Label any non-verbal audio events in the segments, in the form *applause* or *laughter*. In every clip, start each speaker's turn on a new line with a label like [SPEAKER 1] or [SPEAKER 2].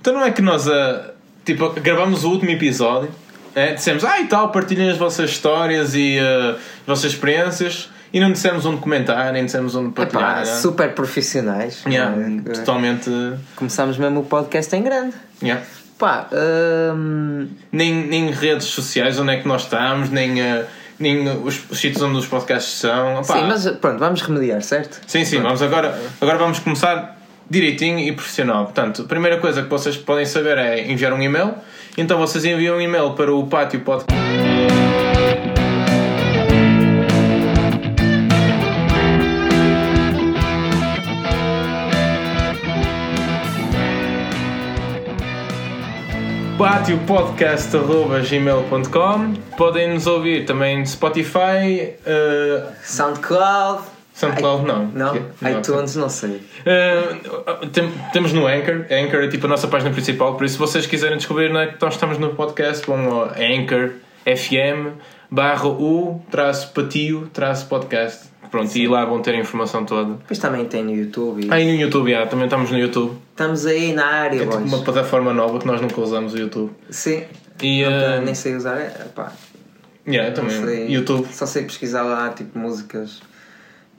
[SPEAKER 1] Então não é que nós ah, tipo, gravamos o último episódio, né? dissemos, ah e tal, partilhem as vossas histórias e ah, as vossas experiências e não dissemos onde comentar, nem dissemos onde partilhar.
[SPEAKER 2] Epá,
[SPEAKER 1] né?
[SPEAKER 2] É super profissionais.
[SPEAKER 1] Yeah,
[SPEAKER 2] Eh,
[SPEAKER 1] Totalmente.
[SPEAKER 2] Começámos mesmo o podcast em grande.
[SPEAKER 1] yeah.
[SPEAKER 2] Pá, hum,
[SPEAKER 1] Nem, nem redes sociais onde é que nós estamos, nem, ah, nem os, os sítios onde os podcasts são. Opá,
[SPEAKER 2] sim, mas pronto, vamos remediar, certo?
[SPEAKER 1] Sim, sim, vamos agora, agora vamos começar direitinho e profissional. Portanto, a primeira coisa que vocês podem saber é enviar um e-mail. Então vocês enviam um e-mail para o pátio podcast. patiopodcast.gmail.com Podem nos ouvir também no Spotify, eh,
[SPEAKER 2] SoundCloud.
[SPEAKER 1] SoundCloud
[SPEAKER 2] i-
[SPEAKER 1] não.
[SPEAKER 2] Não?
[SPEAKER 1] Que- não,
[SPEAKER 2] iTunes, não sei.
[SPEAKER 1] Uh, tem- temos no Anchor, Anchor é tipo a nossa página principal, por isso se vocês quiserem descobrir onde é que nós estamos no podcast, vão ao Anchor FM barra U traço patio traço podcast. Pronto, e lá vão ter a informação toda.
[SPEAKER 2] Depois também tem no YouTube. e-
[SPEAKER 1] Aí no YouTube, já, também estamos no YouTube.
[SPEAKER 2] Estamos aí na área,
[SPEAKER 1] É tipo
[SPEAKER 2] boys.
[SPEAKER 1] uma plataforma nova que nós nunca usamos o YouTube.
[SPEAKER 2] Sim.
[SPEAKER 1] E
[SPEAKER 2] Então,
[SPEAKER 1] uh,
[SPEAKER 2] nem sei usar. eh, Pá,
[SPEAKER 1] yeah,
[SPEAKER 2] não
[SPEAKER 1] também
[SPEAKER 2] sei.
[SPEAKER 1] É, YouTube.
[SPEAKER 2] Só sei pesquisar lá, tipo, músicas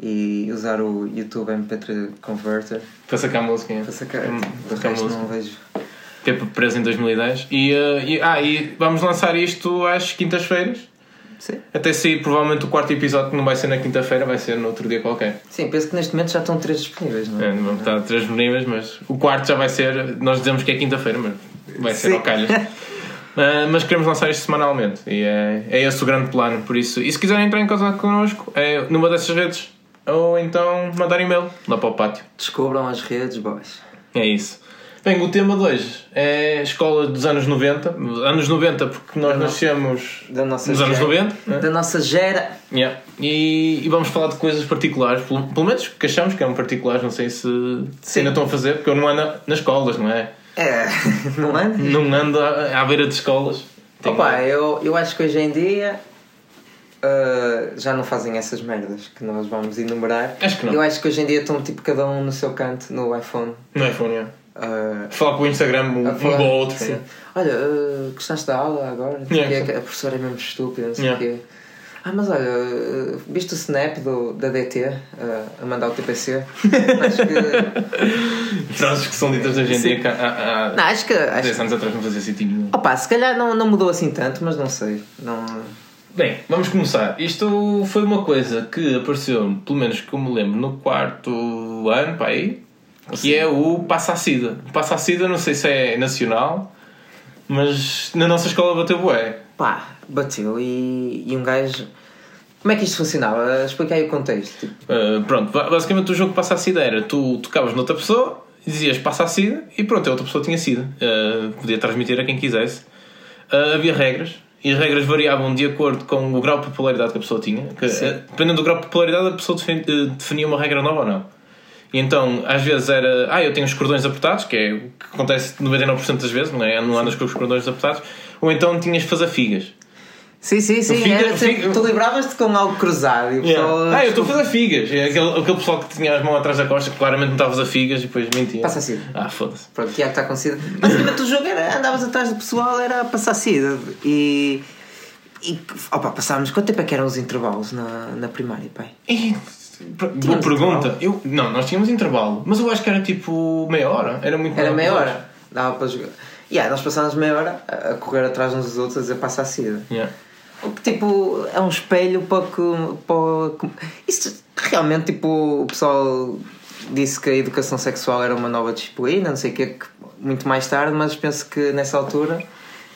[SPEAKER 2] e usar o YouTube MP3 Converter
[SPEAKER 1] Para sacar música. yeah.
[SPEAKER 2] para sacar.
[SPEAKER 1] Hum,
[SPEAKER 2] Do
[SPEAKER 1] sacar
[SPEAKER 2] resto
[SPEAKER 1] música.
[SPEAKER 2] não vejo.
[SPEAKER 1] Tempo preso em 2010. E, uh, e- ah, e vamos lançar isto às quintas-feiras.
[SPEAKER 2] Sim.
[SPEAKER 1] Até sair provavelmente o quarto episódio que não vai ser na quinta-feira, vai ser no outro dia qualquer.
[SPEAKER 2] Sim, penso que neste momento já estão três disponíveis, não
[SPEAKER 1] É,
[SPEAKER 2] é?
[SPEAKER 1] não vamos estar três níveis, mas o quarto já vai ser. Nós dizemos que é quinta-feira, mas vai ser
[SPEAKER 2] Sim.
[SPEAKER 1] ao calho. mas queremos lançar isto semanalmente e é, é esse o grande plano. Por isso, e se quiserem entrar em contato connosco, é numa dessas redes ou então mandar e-mail lá para o pátio.
[SPEAKER 2] Descobram as redes, boys.
[SPEAKER 1] É isso. Bem, o tema de hoje é escola dos anos 90. Anos 90, porque nós nascemos
[SPEAKER 2] Da nossa
[SPEAKER 1] nos anos
[SPEAKER 2] gera.
[SPEAKER 1] 90. né?
[SPEAKER 2] Da nossa gera.
[SPEAKER 1] Yeah. E, e vamos falar de coisas particulares, pelo, pelo menos que achamos que eram particulares, não sei se, se ainda estão a fazer, porque eu não ando nas escolas, não é?
[SPEAKER 2] É, *laughs* não é?
[SPEAKER 1] Não ando à, à beira de escolas. Tenho-
[SPEAKER 2] Opa, é. eu, eu acho que hoje em dia ah, já não fazem essas merdas que nós vamos enumerar.
[SPEAKER 1] Acho que não.
[SPEAKER 2] Eu acho que hoje em dia estão tipo cada um no seu canto no iPhone.
[SPEAKER 1] No iPhone, yeah.
[SPEAKER 2] ah,
[SPEAKER 1] Falar com o Instagram um,
[SPEAKER 2] a
[SPEAKER 1] um
[SPEAKER 2] falar.
[SPEAKER 1] com o outro.
[SPEAKER 2] Sim.
[SPEAKER 1] yeah.
[SPEAKER 2] Olha, ah, gostaste da aula agora? Não sei o
[SPEAKER 1] Yeah,
[SPEAKER 2] quê, A professora é mesmo estúpida, não sei
[SPEAKER 1] Yeah.
[SPEAKER 2] o quê. Ah, mas olha, ah, viste o snap do, da DT ah, a mandar
[SPEAKER 1] *laughs*
[SPEAKER 2] o TPC? acho que.
[SPEAKER 1] Frases que são ditas hoje em dia. que Há, há,
[SPEAKER 2] Não, acho que.
[SPEAKER 1] há
[SPEAKER 2] Acho,
[SPEAKER 1] 10 anos atrás não fazia sentido nenhum.
[SPEAKER 2] opa, se calhar não, não mudou assim tanto, mas não sei. Não,
[SPEAKER 1] Bem, vamos começar. Isto foi uma coisa que apareceu, pelo menos que eu me lembro, no quarto ano, para aí, que é o Passa a Sida. O Passa a Sida, não sei se é nacional, mas na nossa escola bateu bué.
[SPEAKER 2] pá, bateu e, e um gajo. Como é que isto funcionava? Explica aí o contexto. Tipo,
[SPEAKER 1] Uh, pronto, ba- basicamente o jogo Passa a Sida era tu tocavas noutra pessoa, dizias Passa a Sida e pronto, a outra pessoa tinha Sida. Uh, podia transmitir a quem quisesse. Uh, havia regras. E as regras variavam de acordo com o grau de popularidade que a pessoa tinha. Que, uh, dependendo do grau de popularidade, a pessoa defen- eh, definia uma regra nova ou não. E então, às vezes era, ah, eu tenho os cordões apertados, que é o que acontece 99% das vezes, não é? Não andas com os cordões apertados. Ou então tinhas de fazer figas.
[SPEAKER 2] sim, sim, sim.
[SPEAKER 1] fica-
[SPEAKER 2] era sempre-
[SPEAKER 1] fica-
[SPEAKER 2] Tu livravas-te com algo cruzado e o pessoal.
[SPEAKER 1] Ah, eu estou a fazer figas. É aquele, aquele pessoal que tinha as mãos atrás da costa que claramente não estava a fazer figas e depois mentia.
[SPEAKER 2] Passa assim.
[SPEAKER 1] Ah, foda-se.
[SPEAKER 2] Pronto, Tiago está com sida. Basicamente o jogo era andavas atrás do pessoal, era passar sida. E. E. Opa, passávamos. Quanto tempo é que eram os intervalos na, na primária, pai?
[SPEAKER 1] E, boa
[SPEAKER 2] Tínhamos
[SPEAKER 1] pergunta. Eu, não, nós tínhamos intervalo, mas eu acho que era tipo meia hora. Era muito
[SPEAKER 2] Era
[SPEAKER 1] maior
[SPEAKER 2] meia
[SPEAKER 1] que nós.
[SPEAKER 2] hora. Dava para jogar. E yeah, nós passávamos meia hora a a correr atrás uns dos outros a dizer passar sida.
[SPEAKER 1] Yeah.
[SPEAKER 2] O que tipo é um espelho para que. Para que isso realmente tipo o pessoal disse que a educação sexual era uma nova disciplina, não sei o quê, que, muito mais tarde, mas penso que nessa altura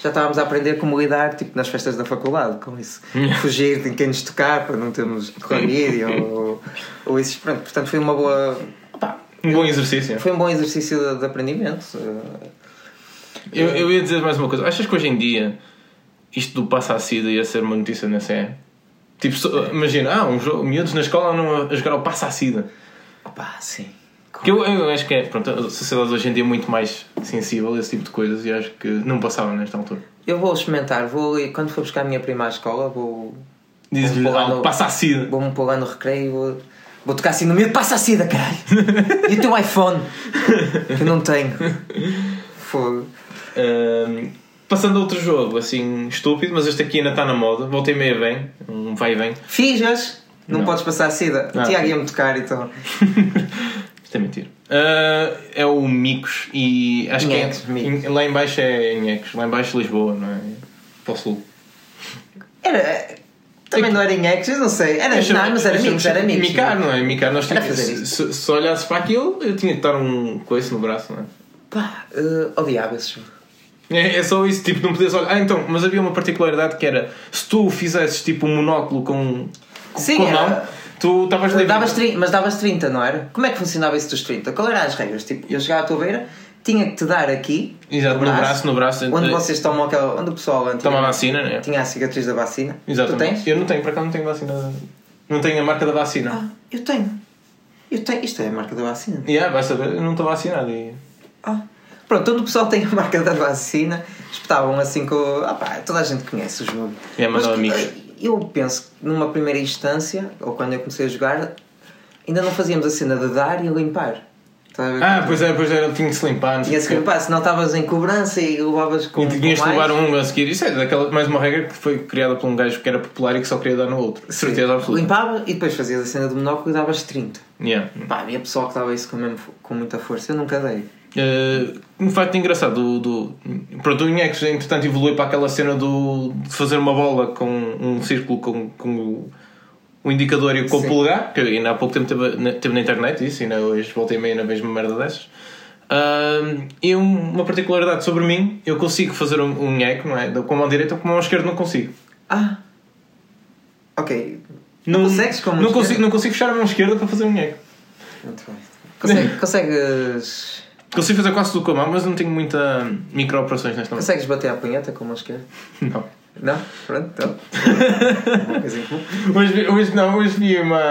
[SPEAKER 2] já estávamos a aprender como lidar tipo, nas festas da faculdade com isso. Fugir de quem nos tocar para não termos clamídia ou, ou isso. Pronto, portanto foi uma boa. opá,
[SPEAKER 1] Um bom exercício.
[SPEAKER 2] Foi um bom exercício de, de aprendimento. eh,
[SPEAKER 1] Eu, eu ia dizer mais uma coisa. Achas que hoje em dia isto do passa a sida ia ser uma notícia na CE? Tipo, so-
[SPEAKER 2] É.
[SPEAKER 1] imagina, ah, um jogo, miúdos na escola andam a jogar ao passa a sida.
[SPEAKER 2] Opá, sim.
[SPEAKER 1] Que eu, eu acho que é, pronto, a sociedade hoje em dia é muito mais sensível a esse tipo de coisas e acho que não passava nesta altura.
[SPEAKER 2] Eu vou experimentar, vou ali- quando for buscar a minha prima à escola, vou.
[SPEAKER 1] Diz-lhe,
[SPEAKER 2] Vou lá
[SPEAKER 1] ah,
[SPEAKER 2] no-
[SPEAKER 1] passa a sida.
[SPEAKER 2] Vou-me pôr lá no recreio e vou, vou tocar assim no meio, passa a sida, caralho! E o teu iPhone? Que eu não tenho. Fogo.
[SPEAKER 1] Ahm, passando a outro jogo, assim, estúpido, mas este aqui ainda está na moda. Volta e meia bem, um vai e *laughs* vem.
[SPEAKER 2] Fijas? Não,
[SPEAKER 1] Não.
[SPEAKER 2] podes passar a sida.
[SPEAKER 1] Ah,
[SPEAKER 2] Tiago
[SPEAKER 1] sim.
[SPEAKER 2] ia-me tocar então.
[SPEAKER 1] Isto é mentira. Ah, é o Micos e acho
[SPEAKER 2] Nhecos,
[SPEAKER 1] que é,
[SPEAKER 2] Micos.
[SPEAKER 1] lá em baixo é Nhecos, lá em baixo Lisboa, não é? Para o sul.
[SPEAKER 2] Era. Também não era em X, eu não sei. Era,
[SPEAKER 1] Deixa-me-
[SPEAKER 2] não, mas era
[SPEAKER 1] É deixa-me
[SPEAKER 2] amigos, era amigos.
[SPEAKER 1] Micar, não é? Micar, nós
[SPEAKER 2] Era
[SPEAKER 1] tínhamos-
[SPEAKER 2] fazer isso.
[SPEAKER 1] se, se olhasse para aquilo, eu tinha que dar um coice no braço, não é?
[SPEAKER 2] Pá, eh, odiava esse jogo.
[SPEAKER 1] É, é só isso, tipo, não podias olhar. Ah, então, mas havia uma particularidade que era se tu fizesses tipo um monóculo com, com,
[SPEAKER 2] Sim,
[SPEAKER 1] com a
[SPEAKER 2] era-
[SPEAKER 1] mão, tu estavas livre.
[SPEAKER 2] Davas 30, mas davas 30, não era? Como é que funcionava isso dos 30? Qual eram as regras? Tipo, eu chegava à tua beira, tinha que te dar aqui. um
[SPEAKER 1] Exato, no braço, no braço.
[SPEAKER 2] Onde
[SPEAKER 1] eh,
[SPEAKER 2] vocês tomam aquela. Onde o pessoal antigo
[SPEAKER 1] Toma a vacina, né?
[SPEAKER 2] tinha a cicatriz da vacina.
[SPEAKER 1] Exatamente.
[SPEAKER 2] Tipo, Tu tens?
[SPEAKER 1] Eu não tenho, para cá não tenho vacina. Não tenho a marca da vacina.
[SPEAKER 2] Ah, eu tenho. Eu tenho. Isto é a marca da vacina.
[SPEAKER 1] E yeah, vai saber, eu não estou vacinado. E...
[SPEAKER 2] Ah. Pronto, onde o pessoal tem a marca da vacina, espetavam assim com. Ah, pá, toda a gente conhece o jogo.
[SPEAKER 1] É, mas não amigos.
[SPEAKER 2] eh, Eu penso que numa primeira instância, ou quando eu comecei a jogar, ainda não fazíamos a cena de dar e limpar. Estás a ver?
[SPEAKER 1] Ah, pois é, pois era, tinha que se limpar. não sei
[SPEAKER 2] Tinha-se que
[SPEAKER 1] porquê.
[SPEAKER 2] limpar, senão estavas em cobrança e levavas com.
[SPEAKER 1] E tinhas
[SPEAKER 2] com
[SPEAKER 1] de levar
[SPEAKER 2] mais.
[SPEAKER 1] um a seguir. Isso é daquela, mais uma regra que foi criada por um gajo que era popular e que só queria dar no outro.
[SPEAKER 2] Sim.
[SPEAKER 1] Certeza absoluta.
[SPEAKER 2] Limpava e depois fazias a cena do monóculo e davas 30.
[SPEAKER 1] Yeah.
[SPEAKER 2] Pá, havia pessoal que dava isso com, mesmo, com muita força, eu nunca dei.
[SPEAKER 1] Eh, um facto engraçado do, do pronto, o Inex entretanto evoluiu para aquela cena do, de fazer uma bola com um círculo com, com o, o indicador e com
[SPEAKER 2] Sim.
[SPEAKER 1] o polegar que ainda há pouco tempo teve, na- teve na internet isso, ainda hoje voltei meio na mesma merda dessas Ahm, e um- uma particularidade sobre mim eu consigo fazer um, um Inex não é? com a mão direita, com a mão esquerda não consigo
[SPEAKER 2] Ah! Ok. Não consegues com a mão
[SPEAKER 1] não
[SPEAKER 2] esquerda?
[SPEAKER 1] consigo, não consigo fechar a mão esquerda para fazer um Inex
[SPEAKER 2] Muito bem. Consegue- consegues.
[SPEAKER 1] consigo fazer quase tudo com a mão mas não tenho muita microoperações nesta mão
[SPEAKER 2] Consegues bater a punheta com a mão esquerda?
[SPEAKER 1] não
[SPEAKER 2] Não? Pronto, então. Uma coisa em comum.
[SPEAKER 1] Hoje, vi- hoje não, hoje vi uma.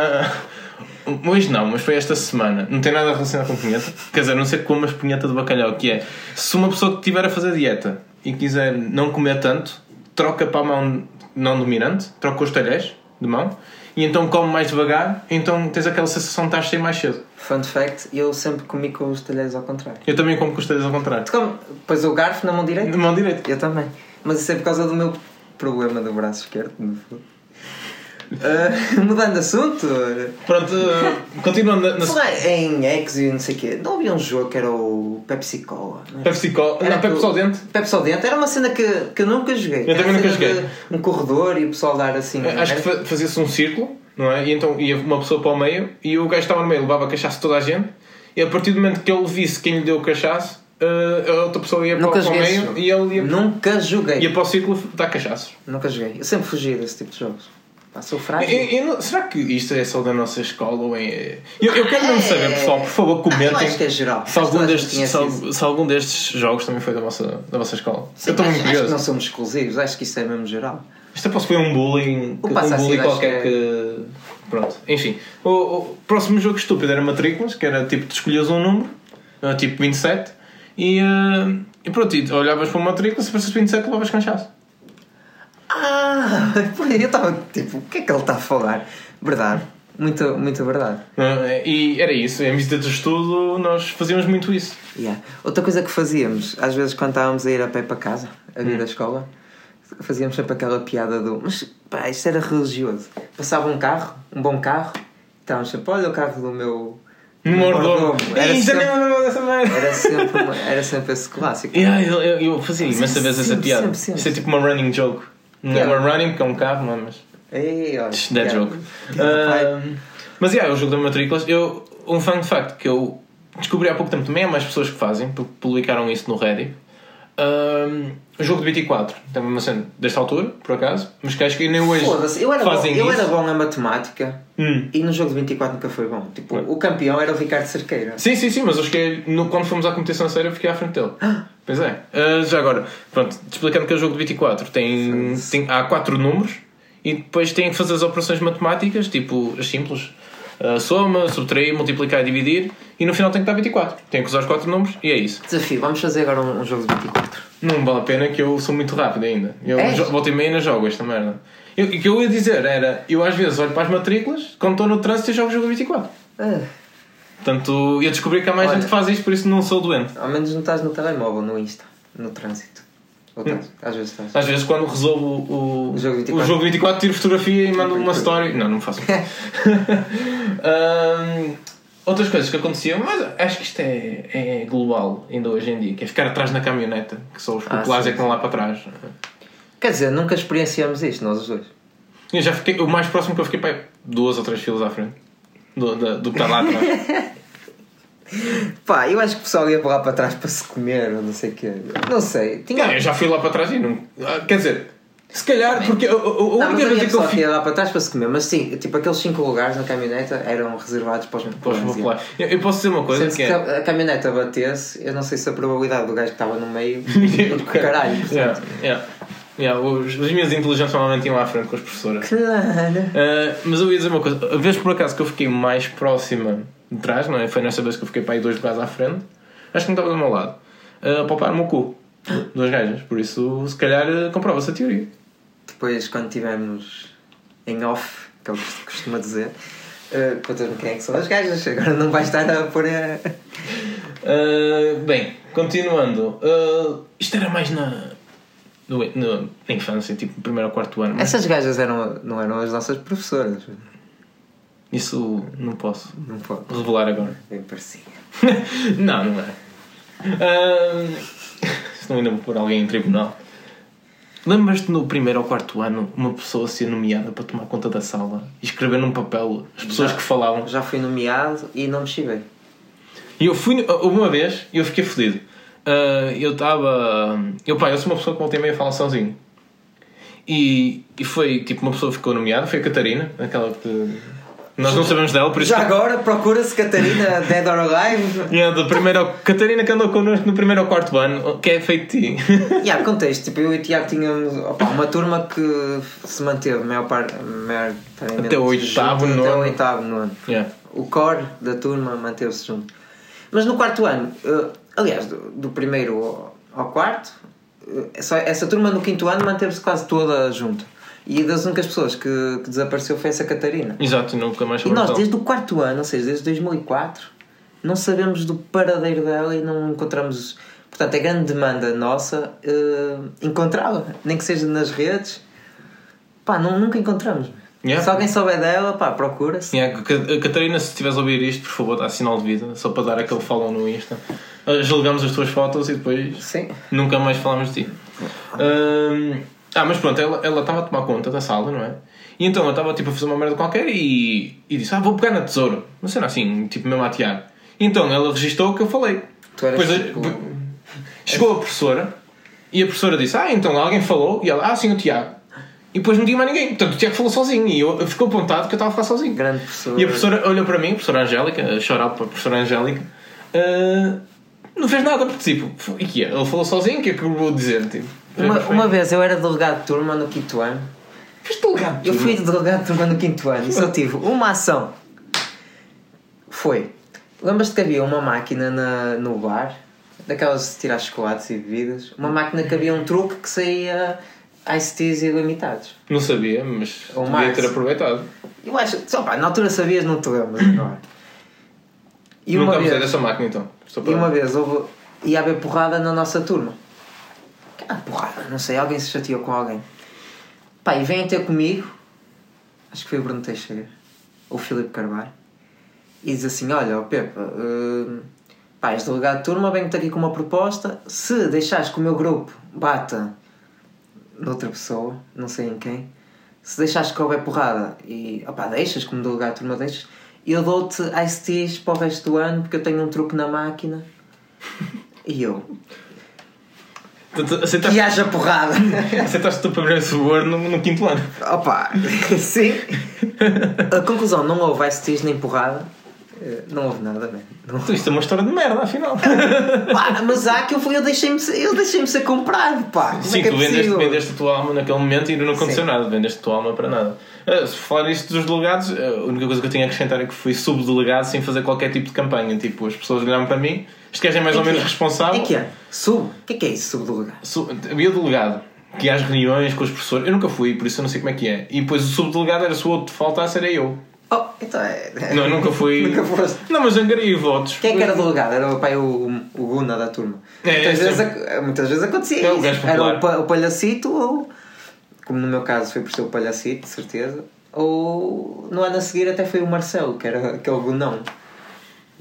[SPEAKER 1] Hoje não, mas foi esta semana. Não tem nada relacionado com punheta. Quer dizer, a não ser com umas punheta de bacalhau, que é se uma pessoa que estiver a fazer dieta e quiser não comer tanto, troca para a mão não dominante, troca os talheres de mão e então come mais devagar, então tens aquela sensação de estar cheio mais cedo.
[SPEAKER 2] Fun fact: eu sempre comi com os talheres ao contrário.
[SPEAKER 1] Eu também como com os talheres ao contrário.
[SPEAKER 2] Tu come- Pois o garfo na mão direita?
[SPEAKER 1] De mão direita.
[SPEAKER 2] Eu também. Mas isso é por causa do meu problema do braço esquerdo, no fundo. Ah, *laughs* mudando de assunto,
[SPEAKER 1] Pronto, eh, continuando na, na
[SPEAKER 2] falar em X e não sei o quê, não havia um jogo que era o Pepsi Cola? não é?
[SPEAKER 1] Pepsi Cola.
[SPEAKER 2] Era
[SPEAKER 1] Não, Pepsi
[SPEAKER 2] tu-
[SPEAKER 1] Cola dentro.
[SPEAKER 2] Pepsi ao dente era uma cena que, que eu nunca joguei.
[SPEAKER 1] Eu também
[SPEAKER 2] Era
[SPEAKER 1] nunca
[SPEAKER 2] cena
[SPEAKER 1] joguei.
[SPEAKER 2] de Um corredor e o pessoal dar assim.
[SPEAKER 1] Eu É, Acho que fa- fazia-se um círculo, não é? E então ia uma pessoa para o meio e o gajo estava no meio, levava cachaço toda a gente. E a partir do momento que ele visse quem lhe deu o cachaço, eh, a outra pessoa ia para, para
[SPEAKER 2] Nunca
[SPEAKER 1] o
[SPEAKER 2] joguei esse
[SPEAKER 1] meio
[SPEAKER 2] jogo.
[SPEAKER 1] e ele ia,
[SPEAKER 2] Nunca joguei.
[SPEAKER 1] ia para o círculo dar cachaços.
[SPEAKER 2] Nunca joguei. Eu sempre fugi desse tipo de jogos. Pá, sou frágil.
[SPEAKER 1] Eu- eu não- será que isto é só da nossa escola? Ou é... eu, eu quero mesmo saber, pessoal, por favor,
[SPEAKER 2] É. Eu
[SPEAKER 1] comentem.
[SPEAKER 2] acho que é geral.
[SPEAKER 1] Se algum,
[SPEAKER 2] Acho que
[SPEAKER 1] destes, se,
[SPEAKER 2] toda a gente conhece
[SPEAKER 1] al- se algum destes jogos também foi da vossa, da vossa escola. eu estou
[SPEAKER 2] acho-
[SPEAKER 1] muito
[SPEAKER 2] acho que
[SPEAKER 1] curioso.
[SPEAKER 2] não somos exclusivos, acho que isso é mesmo geral.
[SPEAKER 1] Isto aposto que foi um bullying,
[SPEAKER 2] O
[SPEAKER 1] que-
[SPEAKER 2] passa
[SPEAKER 1] um
[SPEAKER 2] a
[SPEAKER 1] bullying
[SPEAKER 2] cidade,
[SPEAKER 1] qualquer
[SPEAKER 2] acho que é.
[SPEAKER 1] que. Pronto, enfim. O, o próximo jogo estúpido era matrículas, que era tipo, tu escolhias um número, eh, tipo 27, e, eh, e pronto, e olhavas para uma matrícula, se aparecesse 27, levavas canchaço.
[SPEAKER 2] Ah, *laughs* eu estava tipo, o que é que ele está a falar? Verdade, muito, muito verdade.
[SPEAKER 1] Eh, E era isso, em vista de estudo, nós fazíamos muito isso.
[SPEAKER 2] Yeah. Outra coisa que fazíamos, às vezes quando estávamos a ir a pé para casa, a
[SPEAKER 1] Hum.
[SPEAKER 2] vir da escola, fazíamos sempre aquela piada do. Mas pá, isto era religioso. Passava um carro, um bom carro, estávamos sempre, olha o carro do meu.
[SPEAKER 1] No
[SPEAKER 2] do meu
[SPEAKER 1] mordomo.
[SPEAKER 2] Era
[SPEAKER 1] Ih, é já nem
[SPEAKER 2] sempre,
[SPEAKER 1] me lembrava dessa merda.
[SPEAKER 2] era, sempre uma- era sempre esse clássico.
[SPEAKER 1] Yeah, ah, eu, eu, eu fazia imensa vez essa
[SPEAKER 2] sempre,
[SPEAKER 1] piada.
[SPEAKER 2] sempre, sempre.
[SPEAKER 1] Isso é tipo uma running joke. Não é
[SPEAKER 2] Yeah.
[SPEAKER 1] uma running, porque é um carro, não é? Mas...
[SPEAKER 2] Ei, olha.
[SPEAKER 1] That
[SPEAKER 2] yeah.
[SPEAKER 1] joke.
[SPEAKER 2] Yeah, pai.
[SPEAKER 1] Ahm, mas yeah, o jogo das matrículas, eu, um fun fact que eu descobri há pouco tempo também, há mais pessoas que fazem, porque publicaram isso no Reddit. Ahm, o jogo de 24, também é uma cena desta altura, por acaso, mas que acho que nem hoje
[SPEAKER 2] Foda-se, eu, era bom,
[SPEAKER 1] fazem
[SPEAKER 2] eu
[SPEAKER 1] isso.
[SPEAKER 2] era bom na matemática
[SPEAKER 1] Hum.
[SPEAKER 2] e no jogo de 24 nunca foi bom. Tipo,
[SPEAKER 1] Claro.
[SPEAKER 2] o campeão era o Ricardo Cerqueira.
[SPEAKER 1] Sim, sim, sim, mas acho que no, quando fomos à competição séria eu fiquei à frente dele. Pois é. Ah, já agora, pronto, te explicando que é o jogo de 24 tem, tem há quatro números e depois tem que fazer as operações matemáticas, tipo as simples. ah, soma, subtrair, multiplicar e dividir e no final tem que dar 24. Tem que usar os quatro números e é isso.
[SPEAKER 2] Desafio, vamos fazer agora um, um jogo de 24.
[SPEAKER 1] Não vale a pena que eu sou muito rápido ainda. Eu
[SPEAKER 2] És?
[SPEAKER 1] jo- volta e meia ainda jogo esta merda. Eu- E o que eu ia dizer era, eu às vezes olho para as matrículas, quando estou no trânsito e jogo o jogo de 24.
[SPEAKER 2] Ah,
[SPEAKER 1] Portanto, eu descobri que há mais
[SPEAKER 2] Olha.
[SPEAKER 1] gente que faz isto, por isso não sou doente.
[SPEAKER 2] Ao menos não estás no telemóvel, no Insta, no trânsito. Ou
[SPEAKER 1] Não.
[SPEAKER 2] estás? Às vezes estás.
[SPEAKER 1] Às vezes, quando resolvo o,
[SPEAKER 2] O jogo 24.
[SPEAKER 1] o jogo 24, tiro fotografia e mando uma story. Não, não
[SPEAKER 2] *laughs*
[SPEAKER 1] faço. Ahm, outras coisas que aconteciam, mas acho que isto é, é global ainda hoje em dia, que é ficar atrás na caminhoneta, que são os
[SPEAKER 2] Ah,
[SPEAKER 1] populares
[SPEAKER 2] sim,
[SPEAKER 1] é que estão lá para trás.
[SPEAKER 2] Quer dizer, nunca experienciamos isto, nós os dois.
[SPEAKER 1] Eu já fiquei, o mais próximo que eu fiquei, pá, é duas ou três filas à frente do, da- do que está lá atrás.
[SPEAKER 2] Pá, eu acho que o pessoal ia para lá para trás para se comer, ou não sei o quê. *laughs* Não sei. Tinha...
[SPEAKER 1] Não, eu já fui lá para trás e não. ah, Quer dizer, se calhar, porque a, a- a
[SPEAKER 2] Não, mas
[SPEAKER 1] única
[SPEAKER 2] havia
[SPEAKER 1] vez que eu
[SPEAKER 2] pessoal que
[SPEAKER 1] fiquei.
[SPEAKER 2] ia lá para trás para se comer, mas sim, tipo aqueles cinco lugares na caminhoneta eram reservados para os
[SPEAKER 1] Pois,
[SPEAKER 2] populares.
[SPEAKER 1] vou falar. Eu, eu posso dizer uma coisa
[SPEAKER 2] Se
[SPEAKER 1] que é.
[SPEAKER 2] a caminhoneta batesse, eu não sei se a probabilidade do gajo que estava no
[SPEAKER 1] *laughs*
[SPEAKER 2] meio ia do caralho.
[SPEAKER 1] Yeah, yeah. Yeah, os, as minhas inteligências normalmente iam lá à frente com as professoras.
[SPEAKER 2] Claro.
[SPEAKER 1] Uh, mas eu ia dizer uma coisa, a vez por acaso que eu fiquei mais próxima de trás, não é? Foi nessa vez que eu fiquei para aí dois lugares à frente, acho que não estava do meu lado, uh, a poupar-me o cu. Duas gajas, por isso se calhar uh, comprova-se a teoria.
[SPEAKER 2] Depois, quando tivemos em off, que é o que se costuma dizer, eh, contas-me quem é que são as gajas. Agora não vais estar a pôr a.
[SPEAKER 1] Uh, bem, continuando, uh, isto era mais na, no, no- na infância, tipo primeiro ou quarto ano, mas
[SPEAKER 2] Essas gajas eram, não eram as nossas professoras.
[SPEAKER 1] isso não posso
[SPEAKER 2] Não pode.
[SPEAKER 1] revelar agora.
[SPEAKER 2] Bem parecia.
[SPEAKER 1] *laughs* não, não é. Ahm, *laughs* Senão ainda vou pôr alguém em tribunal. Lembras-te no primeiro ou quarto ano uma pessoa ser nomeada para tomar conta da sala e escrever num papel as pessoas
[SPEAKER 2] Já.
[SPEAKER 1] que falavam?
[SPEAKER 2] Já fui nomeado e não me chivei.
[SPEAKER 1] E eu fui. Houve uma vez e eu fiquei fodido. Ah, eu estava. Eu, pá, eu sou uma pessoa que volta e meia fala sozinho. E, e foi tipo uma pessoa que ficou nomeada, foi a Catarina, aquela que. Nós não sabemos dela, por isso.
[SPEAKER 2] Já
[SPEAKER 1] que-
[SPEAKER 2] agora procura-se Catarina Dead or Alive.
[SPEAKER 1] Yeah, do primeiro ao- Catarina que andou connosco no primeiro ou quarto ano, que é feito de ti. *laughs*
[SPEAKER 2] Yeah, contexto, tipo, eu e o Tiago tínhamos opa, uma turma que se manteve maior parte
[SPEAKER 1] Até o oitavo,
[SPEAKER 2] Até o
[SPEAKER 1] nono.
[SPEAKER 2] oitavo nono.
[SPEAKER 1] Yeah.
[SPEAKER 2] O core da turma manteve-se junto. Mas no quarto ano, eh, aliás, do, do primeiro ao- ao quarto, eh, essa, essa turma no quinto ano manteve-se quase toda junto. E das únicas pessoas que, que desapareceu foi essa Catarina.
[SPEAKER 1] Exato, nunca mais
[SPEAKER 2] E
[SPEAKER 1] soube
[SPEAKER 2] nós,
[SPEAKER 1] dela.
[SPEAKER 2] desde o quarto ano, ou seja, desde 2004, não sabemos do paradeiro dela e não encontramos. Portanto, a grande demanda nossa eh, encontrá-la, nem que seja nas redes. Pá, não, nunca encontramos.
[SPEAKER 1] Yeah.
[SPEAKER 2] Se alguém souber dela, pá, procura-se.
[SPEAKER 1] Sim, é, Ca- a Catarina, se estiveres a ouvir isto, por favor, dá sinal de vida, só para dar aquele follow no Insta. Ah, Julgamos as tuas fotos e depois
[SPEAKER 2] Sim.
[SPEAKER 1] nunca mais falamos de ti. Ahm, ah, mas pronto, ela ela estava a tomar conta da sala, não é? E então eu estava tipo a fazer uma merda qualquer e, e disse: Ah, vou pegar na tesoura. Não sei, não, assim, tipo mesmo a atear. E então ela registou o que eu falei.
[SPEAKER 2] Tu eras
[SPEAKER 1] Depois,
[SPEAKER 2] tipo-
[SPEAKER 1] be- Chegou a professora e a professora disse: Ah, então alguém falou. E ela: Ah, sim, o Tiago. E depois não tinha mais ninguém. Portanto, o Tiago falou sozinho e eu, ficou apontado que eu estava a falar sozinho.
[SPEAKER 2] Grande professora.
[SPEAKER 1] E a professora olhou para mim, a professora Angélica, a chorar para a professora Angélica, ah, não fez nada, porque tipo, e que é? Ele falou sozinho, o que é que eu vou dizer? Tipo,
[SPEAKER 2] Uma, uma vez eu era delegado de turma no quinto ano.
[SPEAKER 1] Foste delegado.
[SPEAKER 2] Eu fui delegado de turma no quinto ano e só tive uma ação. Foi. Lembras-te que havia uma máquina na- no bar, daquelas de tirar chocolates e bebidas? Uma máquina que havia um truque que saía ice teas ilimitados.
[SPEAKER 1] Não sabia, mas
[SPEAKER 2] Ou
[SPEAKER 1] podia
[SPEAKER 2] mais.
[SPEAKER 1] ter aproveitado.
[SPEAKER 2] Eu acho. Só pá, na altura sabias, não te lembras agora. E
[SPEAKER 1] Nunca
[SPEAKER 2] uma
[SPEAKER 1] abusei
[SPEAKER 2] vez.
[SPEAKER 1] dessa máquina então. Só para-
[SPEAKER 2] E uma vez houve, ia haver porrada na nossa turma. Ah, porrada, não sei, alguém se chateou com alguém. Pá, e vêm ter comigo, acho que foi o Bruno Teixeira, ou o Filipe Carvalho, e diz assim: Olha, ó Pepa, hum, pá, és delegado de turma, venho-te aqui com uma proposta. Se deixares que o meu grupo bata noutra pessoa, não sei em quem, se deixares que houver porrada e opá, deixas, como delegado de turma deixas, eu dou-te ICTs para o resto do ano porque eu tenho um truque na máquina. E eu,
[SPEAKER 1] Portanto,
[SPEAKER 2] que
[SPEAKER 1] aceitaste, *laughs*
[SPEAKER 2] haja porrada! *laughs*
[SPEAKER 1] aceitaste o teu primeiro suborno no, no quinto ano.
[SPEAKER 2] Opa, *laughs* sim. A conclusão, não houve ICTs nem porrada. Eh, Não houve nada, né? Não
[SPEAKER 1] Então, Isto é uma história de merda,
[SPEAKER 2] *laughs*
[SPEAKER 1] afinal.
[SPEAKER 2] Pá, mas há que eu fui, eu deixei-me ser, eu deixei-me ser comprado, pá. Como
[SPEAKER 1] Sim,
[SPEAKER 2] é que
[SPEAKER 1] tu
[SPEAKER 2] é
[SPEAKER 1] vendeste,
[SPEAKER 2] possível?
[SPEAKER 1] vendeste a tua alma naquele momento e não aconteceu
[SPEAKER 2] Sim.
[SPEAKER 1] nada, vendeste a tua alma para nada. Ah, se falar isto dos delegados, ah, a única coisa que eu tenho a acrescentar é que fui subdelegado sem fazer qualquer tipo de campanha. Tipo, as pessoas olharam para mim, este gajo é mais
[SPEAKER 2] Em
[SPEAKER 1] ou
[SPEAKER 2] que
[SPEAKER 1] menos
[SPEAKER 2] ano?
[SPEAKER 1] responsável.
[SPEAKER 2] Em que ano? Sub? O que é que é isso, sub do lugar?
[SPEAKER 1] Su- Havia delegado que ia às reuniões com os professores, eu nunca fui, por isso eu não sei como é que é. E depois o subdelegado era se o outro faltasse, era eu.
[SPEAKER 2] Oh, então é.
[SPEAKER 1] Não, nunca fui.
[SPEAKER 2] *laughs* Nunca foste.
[SPEAKER 1] Não, mas angariei votos.
[SPEAKER 2] Quem é que era delegado? Era o pai, o, o Guna da turma.
[SPEAKER 1] É,
[SPEAKER 2] muitas,
[SPEAKER 1] é,
[SPEAKER 2] vezes,
[SPEAKER 1] sim.
[SPEAKER 2] ac- muitas vezes acontecia
[SPEAKER 1] É, o
[SPEAKER 2] isso.
[SPEAKER 1] gajo
[SPEAKER 2] Era
[SPEAKER 1] popular.
[SPEAKER 2] o, pa- o palhacito ou, como no meu caso foi por ser o palhacito, de certeza, ou no ano a seguir até foi o Marcelo, que era aquele Gunão.